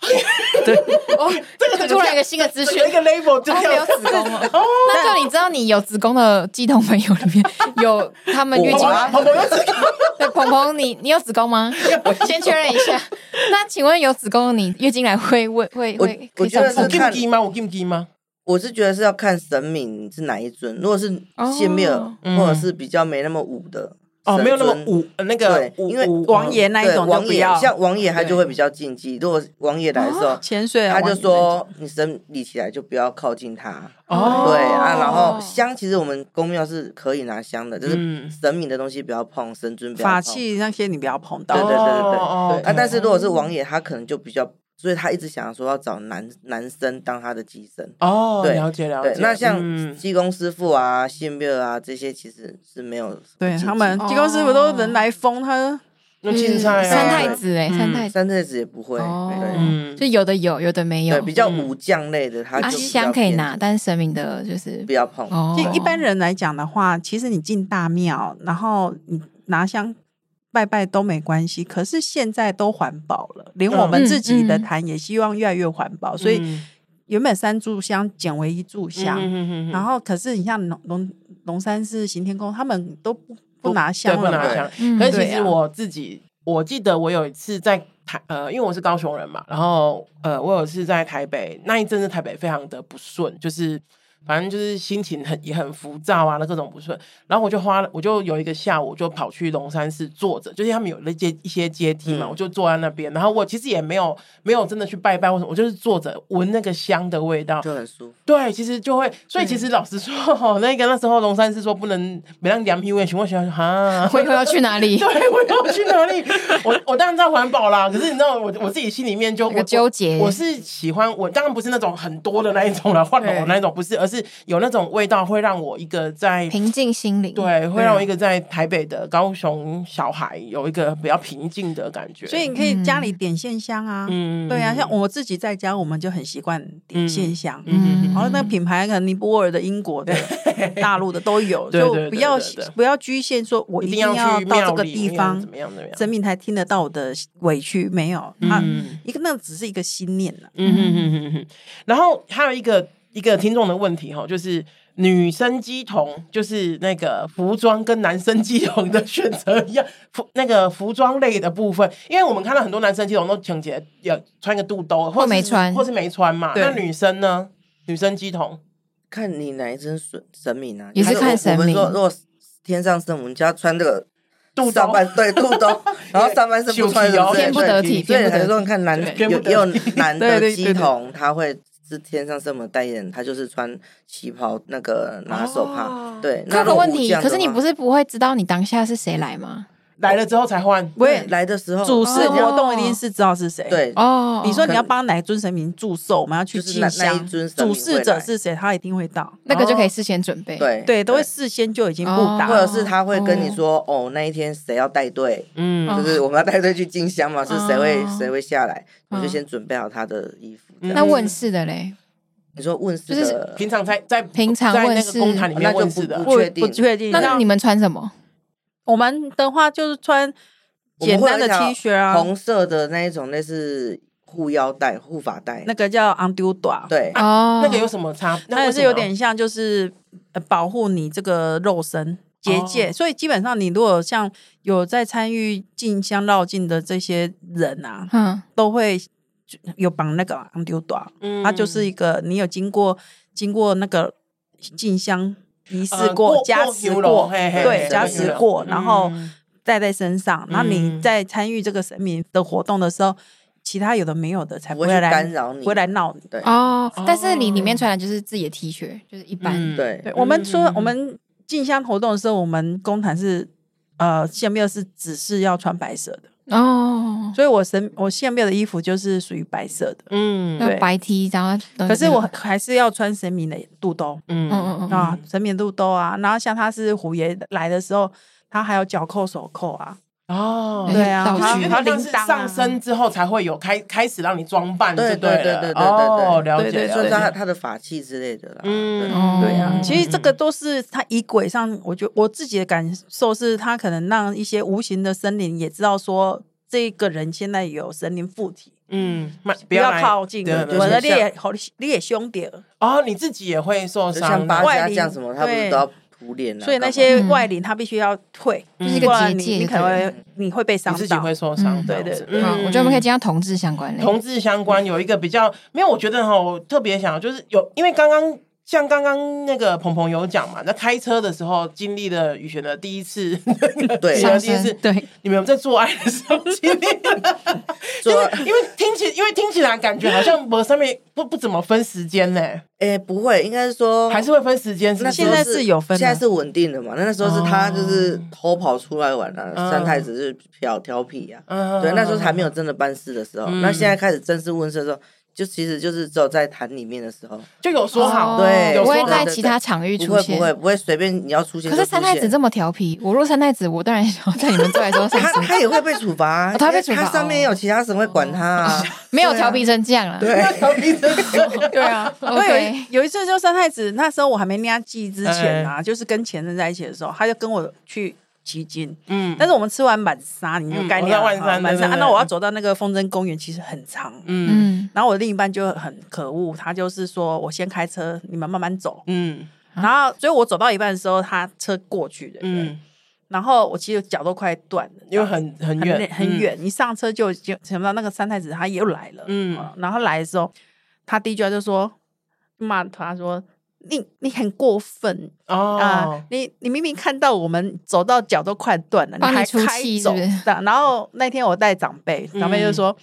Speaker 3: 哦，这个突然一个新的资
Speaker 1: 这
Speaker 3: 讯
Speaker 1: 个，一个 label 就
Speaker 3: 他没有
Speaker 1: 叫
Speaker 3: 子宫吗？
Speaker 4: 哦
Speaker 3: 那就你知道你有子宫的鸡同朋友里面有他们月
Speaker 1: 鹏
Speaker 3: 经
Speaker 1: 鹏
Speaker 3: 来
Speaker 1: 啊，鹏鹏有子宫，
Speaker 3: 对，鹏鹏，你你有子宫吗？ 先确认一下。那请问有子宫的你月经来会会会
Speaker 4: 我
Speaker 3: 会
Speaker 4: 我
Speaker 3: 可以
Speaker 4: 觉
Speaker 3: 上
Speaker 4: 得
Speaker 1: 我
Speaker 4: 是
Speaker 3: 厕所？
Speaker 1: 禁忌吗？我禁忌吗？
Speaker 4: 我是觉得是要看神明是哪一尊，如果是谢灭尔
Speaker 3: 哦
Speaker 2: 嗯
Speaker 4: 或者是比较没那么武的
Speaker 1: 哦，
Speaker 4: 神
Speaker 1: 没有那么
Speaker 4: 尊
Speaker 1: 武，呃那个
Speaker 4: 对
Speaker 1: 武
Speaker 4: 因为
Speaker 1: 武
Speaker 2: 王爷那一
Speaker 4: 对
Speaker 2: 种就
Speaker 4: 王
Speaker 2: 不
Speaker 4: 爷
Speaker 2: 要，
Speaker 4: 像王爷他就
Speaker 1: 对
Speaker 4: 会比较禁忌。如果王爷来的时候，
Speaker 2: 潜水啊，
Speaker 4: 他就
Speaker 2: 王爷
Speaker 4: 说你神理起来就不要靠近他。
Speaker 1: 哦，
Speaker 4: 对啊，然后香其实我们宫庙是可以拿香的，就是
Speaker 1: 嗯
Speaker 4: 神明的东西不要碰，神尊不要碰。
Speaker 2: 法器那些你不要碰
Speaker 4: 对，对
Speaker 2: 到
Speaker 4: 对。对对
Speaker 1: 哦
Speaker 4: 对。啊，
Speaker 1: OK
Speaker 4: 但是如果是王爷，他可能就比较，所以他一直想说要找男男生当他的机身。
Speaker 1: 哦，
Speaker 4: 对
Speaker 1: 了解了
Speaker 4: 对
Speaker 1: 解，。
Speaker 4: 那
Speaker 1: 嗯
Speaker 4: 像济公师傅啊、谢庙啊这些，其实是没有
Speaker 2: 对
Speaker 4: 禁忌
Speaker 2: 他们
Speaker 3: 哦
Speaker 2: 济公师傅都人来疯，他
Speaker 1: 那青菜啊
Speaker 3: 三太子哎，
Speaker 1: 嗯
Speaker 3: 三太子
Speaker 4: 三太子也不会。
Speaker 3: 哦
Speaker 4: 对
Speaker 1: 嗯，
Speaker 3: 就有的有，有的没有
Speaker 4: 对，。比较
Speaker 1: 嗯
Speaker 4: 武将类的，他
Speaker 3: 啊，
Speaker 4: 就比
Speaker 3: 香
Speaker 4: 较
Speaker 3: 可以
Speaker 4: 偏
Speaker 3: 拿，但是神明的就是
Speaker 4: 不要碰。
Speaker 3: 哦
Speaker 2: 就一般人来讲的话，其实你进大庙，然后你拿香拜拜都没关系。可是现在都环保了，连我们
Speaker 3: 嗯
Speaker 2: 自己的
Speaker 3: 嗯
Speaker 2: 坛也希望越来越环保，所以
Speaker 1: 嗯
Speaker 2: 原本三炷香减为一炷香，
Speaker 1: 嗯嗯嗯嗯
Speaker 2: 然后可是你像龙龙龙山寺行天宫，他们都不不拿
Speaker 1: 对
Speaker 2: 香
Speaker 1: 不
Speaker 2: 了
Speaker 1: 拿
Speaker 2: 嘛，
Speaker 1: 香。
Speaker 3: 嗯
Speaker 1: 可是
Speaker 2: 对
Speaker 1: 其实
Speaker 2: 啊
Speaker 1: 我自己，我记得我有一次在台，呃，因为我是高雄人嘛，然后呃，我有一次在台北那一阵子，台北非常的不顺，就是反正就是心情很也很浮躁啊，那各种不顺。然后我就花了，我就有一个下午，我就跑去龙山寺坐着，就是他们有那阶一些阶梯嘛，
Speaker 4: 嗯
Speaker 1: 我就坐在那边。然后我其实也没有没有真的去拜拜或什么，我就是坐着闻那个香的味道，
Speaker 4: 就很舒服。
Speaker 1: 对，其实就会，所以其实老实说，那个那时候龙山寺说不能没让良品味，询问学校 哈，
Speaker 3: 回头要去哪 里？
Speaker 1: 对我要去哪里？我我当然知道环保啦，可是你知道我我自己心里面就
Speaker 3: 那个
Speaker 1: 我
Speaker 3: 纠结
Speaker 1: 我，我是喜欢我当然不是那种很多的那一种啦，换
Speaker 2: 对
Speaker 1: 我那一种不是，而是有那种味道会让我一个在
Speaker 3: 平静心灵。
Speaker 1: 对会让我
Speaker 2: 对
Speaker 1: 一个在台北的高雄小孩有一个比较平静的感觉，
Speaker 2: 所以你可以家里点线香啊。
Speaker 1: 嗯
Speaker 2: 对啊，像我自己在家，我们就很习惯点线香，
Speaker 1: 嗯
Speaker 2: 然后那个品牌可能尼泊尔的、英 国的、大陆的都有，
Speaker 1: 对
Speaker 2: 就
Speaker 1: 对对
Speaker 2: 不要
Speaker 1: 对对
Speaker 2: 不要局限说我
Speaker 1: 一
Speaker 2: 一
Speaker 1: 定要
Speaker 2: 定要
Speaker 1: 去
Speaker 2: 到
Speaker 1: 庙
Speaker 2: 这个
Speaker 1: 里
Speaker 2: 地
Speaker 1: 面
Speaker 2: 方
Speaker 1: 怎，么样怎么样，
Speaker 2: 神明才听得到我的委屈。没有，他
Speaker 1: 嗯
Speaker 2: 一个那只是一个心念啊了。
Speaker 1: 嗯哼哼哼嗯哼。然后还有一个一个听众的问题哈，就是女生鸡童，就是那个服装跟男生鸡童的选择一样，服那个服装类的部分，因为我们看到很多男生鸡童都抢劫要穿个肚兜，或
Speaker 3: 或
Speaker 1: 是
Speaker 3: 没穿
Speaker 1: 或是没穿嘛。
Speaker 2: 哦对
Speaker 1: 那女生呢？女生鸡童，
Speaker 4: 看你哪一尊神神明啊，
Speaker 3: 也是
Speaker 4: 还
Speaker 3: 看
Speaker 4: 我
Speaker 3: 神
Speaker 4: 我们
Speaker 3: 明
Speaker 4: 说，如果天上圣母，你就要穿这个
Speaker 1: 肚
Speaker 4: 上
Speaker 1: 兜
Speaker 4: 半对肚 兜，然后上半身不穿什么之
Speaker 1: 秀气
Speaker 3: 哦天
Speaker 4: 类的，对
Speaker 3: 不得体
Speaker 4: 所以
Speaker 3: 天不得体
Speaker 4: 很多人看男
Speaker 1: 对
Speaker 4: 有
Speaker 1: 天不得
Speaker 4: 也有
Speaker 1: 体
Speaker 4: 男
Speaker 2: 对
Speaker 4: 的
Speaker 2: 对对
Speaker 4: 鸡童，他会是天上圣母代言人，他就是穿旗袍那个拿手
Speaker 1: 哦
Speaker 4: 帕，对。
Speaker 3: 这个问题，可是你不
Speaker 4: 是
Speaker 3: 是不会知道你当下是谁来吗？
Speaker 1: 来了之后才换。
Speaker 2: 我也
Speaker 4: 来的时候
Speaker 2: 主事
Speaker 3: 哦
Speaker 2: 活动一定是知道是谁。，
Speaker 4: 对
Speaker 3: 哦，
Speaker 2: 你说
Speaker 4: 可
Speaker 2: 你
Speaker 4: 能
Speaker 2: 要帮哪一尊神明祝寿，我们要去
Speaker 4: 就是
Speaker 2: 进
Speaker 4: 那那
Speaker 2: 香
Speaker 4: 一，尊神
Speaker 2: 主
Speaker 4: 明
Speaker 2: 事
Speaker 4: 会
Speaker 2: 者
Speaker 4: 来
Speaker 2: 是谁，他一定会到。
Speaker 3: 那个就可以事先准备。，
Speaker 4: 对
Speaker 2: 对，都会事先就已经布
Speaker 3: 哦
Speaker 4: 或
Speaker 2: 达。
Speaker 4: 者是他会跟你说哦，那一天谁要带队，
Speaker 1: 嗯
Speaker 3: 哦
Speaker 4: 就是我们要带队去进香嘛，是谁会
Speaker 3: 哦
Speaker 4: 谁会下来，
Speaker 3: 嗯
Speaker 4: 你就先准备好他的衣服。这样
Speaker 3: 那问世的嘞，
Speaker 4: 你说问世
Speaker 3: 就是
Speaker 4: 的，
Speaker 1: 平常在在
Speaker 3: 平常
Speaker 1: 在
Speaker 3: 问
Speaker 1: 那个
Speaker 3: 世
Speaker 1: 公坛里面
Speaker 4: 那就
Speaker 1: 问
Speaker 4: 不
Speaker 1: 世的
Speaker 2: 哦
Speaker 4: 不
Speaker 2: 不
Speaker 4: 确定
Speaker 2: 不确定。
Speaker 3: 那你们穿什么？
Speaker 2: 我们的话就是穿
Speaker 4: 我们
Speaker 2: 简
Speaker 4: 会
Speaker 2: 单的
Speaker 4: 有一条
Speaker 2: T 恤啊，
Speaker 4: 红色的那一种类似护腰带、护发带，
Speaker 2: 那个叫 undo 短，，
Speaker 4: 对，
Speaker 1: 啊
Speaker 3: 哦，
Speaker 1: 那个有什么差？那
Speaker 2: 它也
Speaker 1: 为
Speaker 2: 是
Speaker 1: 什么
Speaker 2: 有点像就是呃保护你这个肉身结界，
Speaker 1: 哦
Speaker 2: 所以基本上你如果像有在参与进香绕境的这些人啊，
Speaker 3: 嗯，
Speaker 2: 都会就有绑那个 undo 短，
Speaker 1: 嗯
Speaker 2: 它就是一个你有经过经过那个进香仪式
Speaker 1: 呃
Speaker 2: 过
Speaker 1: 过
Speaker 2: 加
Speaker 1: 过
Speaker 2: 持
Speaker 1: 牛肉
Speaker 2: 过，
Speaker 1: 嘿嘿
Speaker 2: 对
Speaker 4: 嘿
Speaker 2: 加
Speaker 4: 这个
Speaker 2: 持
Speaker 4: 牛肉
Speaker 2: 过，然后
Speaker 1: 嗯
Speaker 2: 带在身上。然后你
Speaker 1: 嗯
Speaker 2: 在参与这个神明的活动的时候，其他有的没有的才
Speaker 4: 不
Speaker 2: 不会
Speaker 4: 会去
Speaker 2: 来
Speaker 4: 干扰你
Speaker 2: 不会来闹你。
Speaker 3: 哦
Speaker 1: 哦，
Speaker 3: 但是你里面穿的就是自己的 T 恤，就是一般
Speaker 1: 嗯
Speaker 4: 对
Speaker 2: 对，我们说
Speaker 1: 嗯嗯
Speaker 2: 我们进香活动的时候，我们公坛是呃献庙是只是要穿白色的，
Speaker 3: 哦，
Speaker 2: 所以我神我献庙的衣服就是属于白色的，
Speaker 1: 嗯
Speaker 3: 那
Speaker 2: 对
Speaker 3: 白 T，然后
Speaker 2: 可是我还是要穿神明的肚兜
Speaker 3: 嗯
Speaker 1: 嗯
Speaker 3: 嗯嗯嗯，
Speaker 2: 啊，神明肚兜啊。然后像他是虎爷来的时候，他还有脚扣、手扣啊，
Speaker 1: 哦
Speaker 2: 对啊，
Speaker 3: 道
Speaker 1: 它
Speaker 2: 他
Speaker 3: 具
Speaker 1: 有
Speaker 3: 嗯
Speaker 2: 他
Speaker 1: 点
Speaker 2: 铃
Speaker 1: 像是
Speaker 2: 铛啊
Speaker 1: 上升之后才会有开开始让你装扮，对
Speaker 4: 对对
Speaker 1: 了
Speaker 4: 对对对对
Speaker 1: 哦，
Speaker 4: 对
Speaker 1: 了
Speaker 2: 对
Speaker 1: 解
Speaker 2: 对
Speaker 1: 了
Speaker 4: 所以
Speaker 1: 解，
Speaker 4: 他他的法器之类的啦，
Speaker 1: 嗯
Speaker 4: 嗯，
Speaker 2: 对啊
Speaker 3: 哦，
Speaker 2: 其实这个都是他仪轨上，我觉得我自己的感受是，他可能让一些无形的森林也知道说，这个人现在有神灵附体，
Speaker 1: 嗯，慢
Speaker 2: 不
Speaker 1: 不
Speaker 2: 要
Speaker 1: 来
Speaker 2: 靠近
Speaker 1: 对
Speaker 2: 我，
Speaker 1: 对
Speaker 2: 我
Speaker 1: 对
Speaker 2: 的
Speaker 4: 就是像
Speaker 2: 列好列兄弟，
Speaker 1: 哦，你自己也会受
Speaker 4: 就
Speaker 1: 伤
Speaker 4: 像
Speaker 1: 的，
Speaker 4: 八
Speaker 2: 外
Speaker 4: 家
Speaker 2: 灵
Speaker 4: 将什么，他不
Speaker 2: 对
Speaker 4: 是都要涂脸啊？
Speaker 2: 所以那
Speaker 4: 干嘛
Speaker 2: 些
Speaker 3: 嗯
Speaker 2: 外灵他必须要退，
Speaker 1: 就是一
Speaker 3: 个
Speaker 2: 不然
Speaker 3: 结
Speaker 2: 你
Speaker 3: 界
Speaker 2: 你可能
Speaker 3: 对
Speaker 2: 会你会被伤
Speaker 1: 你自己
Speaker 2: 到
Speaker 1: 会。受伤
Speaker 3: 嗯
Speaker 1: 这样子，
Speaker 2: 对对对
Speaker 3: 好，我觉得我们可以讲同志相关的，
Speaker 1: 同志相关有一个比较没有，我觉得哈，我特别想就是有，因为刚刚像刚刚那个鹏鹏有讲嘛，那开车的时候经历了雨璇的第一次，
Speaker 4: 对
Speaker 1: 雨璇的
Speaker 3: 上
Speaker 1: 第一次
Speaker 3: 身，，对，
Speaker 1: 你们有在做爱的时候经历了，因
Speaker 4: 做
Speaker 1: 为因为听起因为听起来感觉好像我上面不不怎么分时间呢、
Speaker 4: 诶不会，应该是说
Speaker 1: 还是会分时间是不
Speaker 4: 那
Speaker 1: 是，
Speaker 4: 时候
Speaker 2: 现在是有分的
Speaker 4: 现在是稳定的嘛？那那时候是他就是偷跑出来玩了、
Speaker 1: 嗯
Speaker 4: 三太子是挑调皮啊。
Speaker 1: 嗯
Speaker 4: 对，那时候还没有真的办事的时候，
Speaker 1: 嗯
Speaker 4: 那现在开始正式问世的时候，就其实就是只有在谈里面的时候，
Speaker 1: 就有说好，
Speaker 3: 哦
Speaker 4: 对
Speaker 1: 有
Speaker 3: 不会
Speaker 1: 说好
Speaker 3: 在
Speaker 4: 的
Speaker 3: 其他场域
Speaker 4: 不
Speaker 3: 出
Speaker 4: 会不
Speaker 3: 现。
Speaker 4: 会不会随便你要出现
Speaker 3: 可
Speaker 4: 就是出
Speaker 3: 三
Speaker 4: 现。
Speaker 3: 太子这么调皮，我若三太子，我当然想要在你们做来说上
Speaker 4: 他
Speaker 3: 身，
Speaker 4: 他也会被处罚、啊
Speaker 3: 哦他被处罚
Speaker 4: 因为他上面有其他神会管他、啊。
Speaker 3: 没有调皮成这样了。
Speaker 4: 对，
Speaker 3: 对啊，
Speaker 2: 我有
Speaker 3: 对
Speaker 2: 一，有一次就三太子，那时候我还没念记之
Speaker 1: 哎
Speaker 2: 前啊，就是跟前任在一起的时候，他就跟我去骑经，
Speaker 1: 嗯
Speaker 2: 但是我们吃完晚沙，你有概
Speaker 1: 嗯
Speaker 2: 念啊
Speaker 1: 我知道晚餐
Speaker 2: 晚
Speaker 1: 对对
Speaker 2: 沙，
Speaker 1: 对
Speaker 2: 那我要走到那个风筝公园，其实很长。
Speaker 1: 嗯
Speaker 3: 嗯，
Speaker 2: 然后我另一半就很可恶，他就是说我先开车，你们慢慢走。
Speaker 1: 嗯
Speaker 2: 然后，所以我走到一半的时候，他车过去的，嗯，
Speaker 1: 嗯，
Speaker 2: 然后我其实脚都快断了，
Speaker 1: 因为很很
Speaker 2: 很累
Speaker 1: 远嗯
Speaker 2: 很，远，一上车就就想不到那个三太子他又来了，
Speaker 1: 嗯
Speaker 2: 嗯，然后来的时候，他第一句话就说骂他说你你很过分
Speaker 1: 嗯
Speaker 2: 啊、
Speaker 1: 哦，
Speaker 2: 你你明明看到我们走到脚都快断了，
Speaker 3: 帮你
Speaker 2: 还
Speaker 3: 出
Speaker 2: 开
Speaker 3: 气
Speaker 2: 走
Speaker 3: 是不是
Speaker 2: 然后那天我带长辈，长辈就
Speaker 1: 嗯
Speaker 2: 说、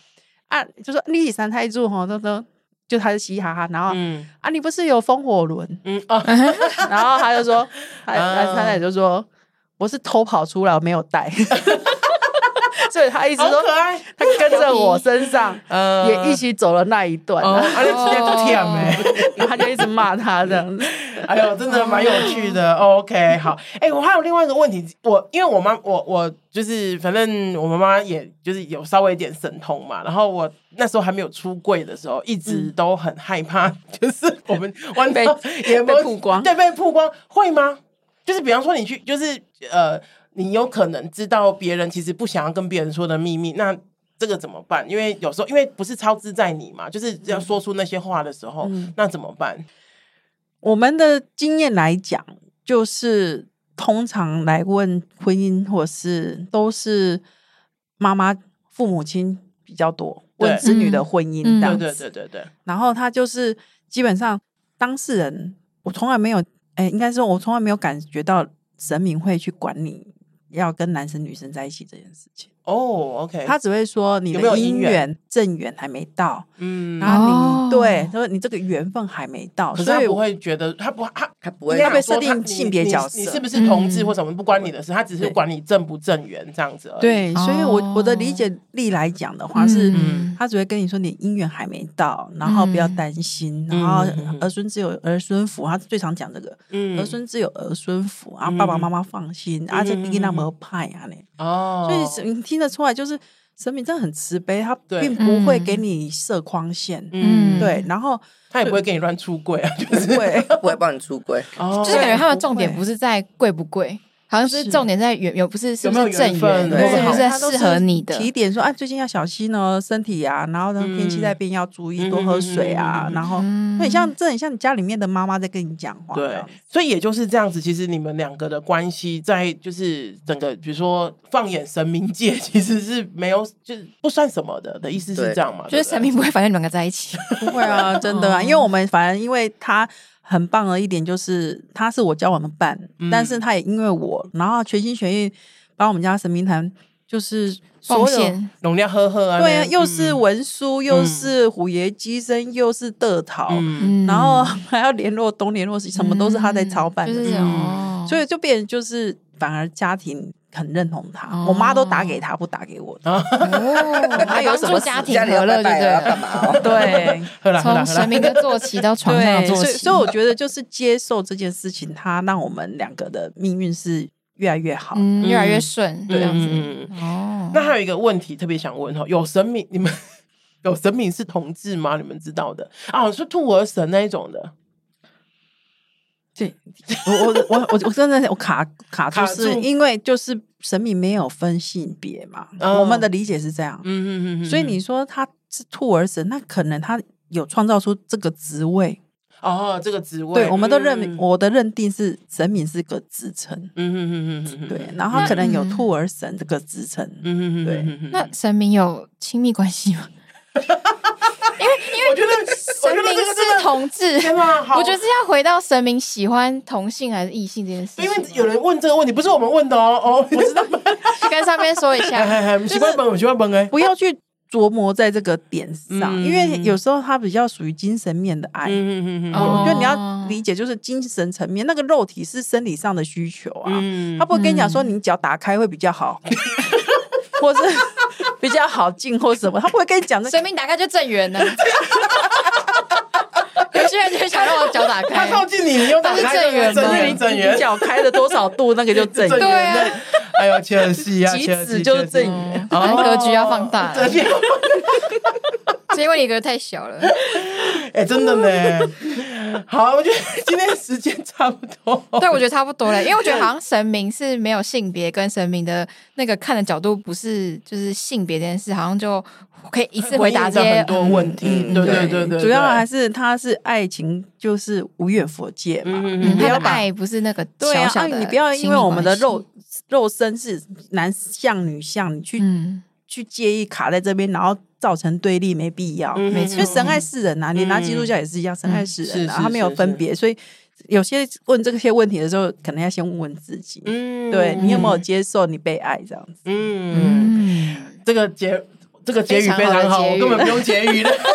Speaker 2: 啊，就说你是三太子吼，都都就他就嘻嘻哈哈，然后、
Speaker 1: 嗯
Speaker 2: 啊你不是有风火轮，
Speaker 1: 嗯哦，
Speaker 2: 然后他就说，他
Speaker 1: 啊
Speaker 2: 他他也就说我是偷跑出来，我没有带， 所以他一直
Speaker 1: 好
Speaker 2: 都
Speaker 1: 可爱，
Speaker 2: 他跟着我身上
Speaker 1: 呃
Speaker 2: 也一起走了那一段，啊
Speaker 1: 哦，而且直接不舔
Speaker 3: 哦
Speaker 1: 哎。
Speaker 2: 然后他就一直骂他这样子。
Speaker 1: 哎呦，真的蛮有趣 的。OK，好，哎、我还有另外一个问题，我因为我妈，我我就是反正我妈妈也就是有稍微一点神通嘛，然后我那时候还没有出柜的时候，一直都很害怕，就是我们完
Speaker 2: 被
Speaker 1: 也
Speaker 2: 被曝光
Speaker 1: 对，被曝光会吗？就是比方说你去，就是呃，你有可能知道别人其实不想要跟别人说的秘密，那。这个怎么办？因为有时候，因为不是超支在你嘛，就是要说出那些话的时候，
Speaker 2: 嗯
Speaker 1: 那怎么办？
Speaker 2: 我们的经验来讲，就是通常来问婚姻或是都是妈妈、父母亲比较多
Speaker 1: 对
Speaker 2: 问子女的婚姻
Speaker 3: 嗯
Speaker 2: 这
Speaker 1: 对
Speaker 2: 样子。
Speaker 1: 对对对对，
Speaker 2: 然后他就是基本上当事人，我从来没有，哎，应该说我从来没有感觉到神明会去管你要跟男生女生在一起这件事情，
Speaker 1: 哦，OK、o k
Speaker 2: 他只会说你的
Speaker 1: 有没有姻
Speaker 2: 姻
Speaker 1: 缘
Speaker 2: 缘正缘还没到，
Speaker 1: 嗯，
Speaker 2: 然后
Speaker 3: 哦
Speaker 2: 你对，他说你这个缘分还没到，
Speaker 1: 可是
Speaker 2: 所
Speaker 1: 他
Speaker 2: 以
Speaker 1: 不
Speaker 2: 我
Speaker 1: 会觉得他不他
Speaker 4: 他不会
Speaker 1: 应该
Speaker 2: 他被
Speaker 1: 说
Speaker 2: 设定
Speaker 1: 你
Speaker 2: 性别
Speaker 1: 你
Speaker 2: 角
Speaker 1: 你
Speaker 2: 色
Speaker 1: 是不是同志
Speaker 3: 嗯
Speaker 1: 或什么不关你的事，他只是管你正不正缘这样子而已。，
Speaker 2: 对，所以我我的理
Speaker 3: 哦
Speaker 2: 解力来讲的话是。
Speaker 1: 嗯
Speaker 2: 他只会跟你说你姻缘还没到，然后不要
Speaker 3: 嗯
Speaker 2: 担心，然后
Speaker 1: 嗯嗯嗯
Speaker 2: 儿孙自有儿孙福，他最常讲这个。
Speaker 1: 嗯
Speaker 2: 儿孙自有儿孙福，啊，爸爸妈妈放心，而且
Speaker 1: 嗯嗯嗯
Speaker 2: 弟弟那么派啊嘞，
Speaker 1: 哦，
Speaker 2: 所以你听得出来，就是神明真的很慈悲，他
Speaker 1: 对
Speaker 2: 并不会给你设框限，
Speaker 1: 嗯，
Speaker 3: 嗯
Speaker 2: 对，然后
Speaker 1: 他也不会跟你乱出柜啊，就
Speaker 2: 不
Speaker 1: 是
Speaker 2: 会，
Speaker 4: 不会帮你出轨，
Speaker 1: 哦，
Speaker 3: 就是感觉他们重点
Speaker 2: 不会
Speaker 3: 不是在贵不贵，好像是
Speaker 2: 是
Speaker 3: 重点在缘，有不是是
Speaker 1: 有
Speaker 3: 不
Speaker 1: 没有
Speaker 3: 是正
Speaker 1: 缘分
Speaker 3: 缘，
Speaker 1: 对
Speaker 3: 是不
Speaker 2: 他
Speaker 3: 是
Speaker 2: 都
Speaker 3: 适合你的？
Speaker 2: 提点说，啊，最近要小心哦，身体啊，然后呢，天气在变要注意，
Speaker 1: 嗯
Speaker 2: 多喝水
Speaker 1: 嗯嗯
Speaker 2: 啊
Speaker 1: 嗯嗯，嗯
Speaker 2: 然后
Speaker 3: 嗯
Speaker 2: 那很像，这很像你家里面的妈妈在跟你讲话，这
Speaker 1: 对
Speaker 2: 样，
Speaker 1: 所以也就是这样子。其实你们两个的关系，在就是整个，比如说放眼神明界，其实是没有，就是不算什么的的意思是
Speaker 4: 对
Speaker 1: 这样嘛？对
Speaker 3: 就是
Speaker 1: 不对
Speaker 3: 神明不会反正你们两个在一起，
Speaker 2: 嗯不会啊，真的啊，因为我们反而因为他很棒的一点就是，他是我交往的伴，
Speaker 1: 嗯
Speaker 2: 但是他也因为我，然后全心全意把我们家神明坛就是
Speaker 3: 奉
Speaker 2: 所有
Speaker 3: 献，
Speaker 1: 容量呵呵啊，
Speaker 2: 对啊，
Speaker 1: 那
Speaker 2: 又是
Speaker 1: 嗯
Speaker 2: 文书，又是虎爷机身，又是德桃，
Speaker 1: 嗯
Speaker 3: 嗯
Speaker 2: 然后还要联络东联络西，什么都是他在操办的，
Speaker 3: 就是这哦
Speaker 1: 嗯
Speaker 3: 种，
Speaker 2: 所以就变成就是反而家庭很认同他，
Speaker 3: 哦
Speaker 2: 我妈都打给他，不打给我。
Speaker 3: 哦，还有什么家庭
Speaker 4: 家里要
Speaker 3: 和乐，对
Speaker 4: 拜
Speaker 3: 不
Speaker 2: 啊
Speaker 4: 拜了要
Speaker 3: 对
Speaker 4: 干
Speaker 3: 了？
Speaker 4: 嘛 哦？
Speaker 2: 对
Speaker 1: 喝啦喝啦
Speaker 3: 从
Speaker 1: 喝啦
Speaker 3: 神，明的坐骑到床上的
Speaker 2: 对，
Speaker 3: 坐
Speaker 2: 所以
Speaker 3: 骑，
Speaker 2: 所以我觉得就是接受这件事情，它让我们两个的命运是越来越好。
Speaker 3: 嗯，越来越顺这样子。
Speaker 1: 嗯嗯嗯
Speaker 3: 哦，
Speaker 1: 那还有一个问题特别想问哈，有神明你们 有神明是同志吗？你们知道的啊？是兔儿神那一种的，
Speaker 2: 对，我我我我我真的我卡卡住
Speaker 1: 卡，住
Speaker 2: 是因为就是神明没有分性别嘛，
Speaker 1: 哦
Speaker 2: 我们的理解是这样。
Speaker 1: 嗯嗯嗯
Speaker 2: 所以你说他是兔儿神，那可能他有创造出这个职位，
Speaker 1: 哦，这个职位，
Speaker 2: 对，我们都认为、
Speaker 1: 嗯
Speaker 2: 我的认定是神明是个职称，
Speaker 1: 嗯嗯嗯嗯嗯，
Speaker 2: 对，然后他可能有
Speaker 3: 嗯
Speaker 2: 兔儿神这个职称，
Speaker 1: 嗯嗯嗯，
Speaker 2: 对
Speaker 1: 嗯
Speaker 3: 那神明有亲密关系吗？
Speaker 1: 我觉得
Speaker 3: 神
Speaker 1: 神
Speaker 3: 明是同志，
Speaker 1: 天 哪，好
Speaker 3: 我觉得是要回到神明喜欢同性还是异性这件事
Speaker 1: 因为
Speaker 3: 情，
Speaker 1: 有人问这个问题，不是我们问的哦，哦，我知 道，
Speaker 3: 去跟上面说一
Speaker 1: 哎
Speaker 3: 下。
Speaker 1: 哎哎，喜欢本，我喜欢本哎，
Speaker 2: 不要去琢磨在这个点上，
Speaker 1: 嗯
Speaker 2: 因为有时候它比较属于精神面的爱。
Speaker 1: 嗯嗯嗯
Speaker 2: 我我觉得你
Speaker 3: 哦
Speaker 2: 要理解，就是精神层面，那个肉体是生理上的需求啊，
Speaker 1: 嗯
Speaker 2: 他不会跟你讲说你脚打开会比较好， 或是比较好进或什么，他不会跟你讲这
Speaker 3: 神明打开就正缘了， 有些人就想让我脚打
Speaker 1: 他
Speaker 3: 开，
Speaker 1: 靠近你，你又打
Speaker 3: 他是
Speaker 1: 开那
Speaker 3: 正
Speaker 1: 个
Speaker 3: 缘
Speaker 1: 正
Speaker 3: 吗
Speaker 1: 缘正
Speaker 2: 你
Speaker 1: 缘，
Speaker 2: 脚开了多少度，那个就正
Speaker 1: 正
Speaker 2: 缘。
Speaker 3: 对
Speaker 1: 缘
Speaker 3: 啊，嗯
Speaker 1: 哎呦，切尔西 啊，
Speaker 2: 即
Speaker 1: 切尔西
Speaker 2: 使就是
Speaker 1: 切尔
Speaker 2: 正
Speaker 1: 西
Speaker 2: 缘，
Speaker 3: 反正格局要放大
Speaker 1: 对，切尔西
Speaker 3: 是因为你格局太小了。
Speaker 1: 哎，真的呢。 好，我觉得今天时间差不多。
Speaker 3: 对，我觉得差不多了，因为我觉得好像神明是没有性别，跟神明的那个看的角度不是就是性别这件事，好像就可以一次回答这
Speaker 1: 哎回应了
Speaker 3: 些
Speaker 1: 很。多问题，
Speaker 4: 嗯嗯
Speaker 1: 对对对对，
Speaker 2: 主要还
Speaker 1: 是
Speaker 2: 是他是爱情，就是无远佛界嘛。
Speaker 3: 嗯
Speaker 1: 嗯
Speaker 3: 他
Speaker 2: 不
Speaker 3: 的
Speaker 2: 要把
Speaker 3: 爱不是那个
Speaker 2: 对
Speaker 3: 小
Speaker 2: 啊，
Speaker 3: 小
Speaker 2: 啊
Speaker 3: 的，
Speaker 2: 你不要因为我们的肉，肉身是男像女像，你去、
Speaker 3: 嗯，
Speaker 2: 去介意卡在这边，然后造成对立，没必要。
Speaker 1: 嗯
Speaker 3: 没
Speaker 2: 因
Speaker 3: 错
Speaker 2: 为神爱世人啊，你拿
Speaker 1: 嗯
Speaker 2: 基督教也是一样，神爱世人
Speaker 1: 是
Speaker 2: 啊，
Speaker 1: 是
Speaker 2: 他没有
Speaker 1: 是
Speaker 2: 分别，所以有些问这些问题的时候，可能要先问问自己，
Speaker 1: 嗯
Speaker 2: 对你有没有接受你被爱这样子？
Speaker 1: 嗯，
Speaker 3: 嗯，
Speaker 1: 这个结这个结语非
Speaker 3: 非常
Speaker 1: 常好，
Speaker 3: 好的
Speaker 1: 我
Speaker 3: 结语
Speaker 1: 根本不用结语了。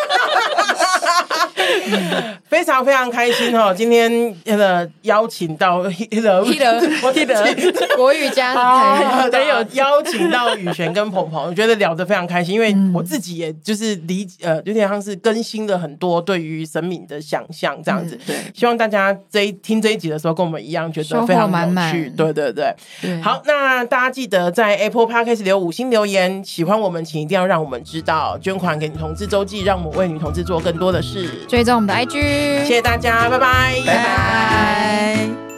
Speaker 1: 非常非常开心哦！今天那个邀请到 Hiller，
Speaker 3: Hiller
Speaker 1: 我 Hiller
Speaker 3: 国语 加
Speaker 1: 啊，
Speaker 3: 对
Speaker 1: 得有邀请到羽泉跟鹏 鹏，我觉得聊得非常开心，因为我自己也就是理呃，有点像是更新了很多对于神明的想象这样子。
Speaker 2: 对，
Speaker 1: 希望大家这一听这一集的时候，跟我们一样觉
Speaker 3: 收
Speaker 1: 得
Speaker 3: 获
Speaker 1: 非常有
Speaker 3: 满满
Speaker 1: 趣。对对对，
Speaker 3: 对，
Speaker 1: 好，那大家记得在 Apple Podcast 留五星留言，喜欢我们请一定要让我们知道，捐款给女同志周记，让我们为女同志做更多的事。
Speaker 3: 追踪我们的 IG，
Speaker 1: 谢谢大家，拜拜，
Speaker 3: 拜拜。
Speaker 2: 拜。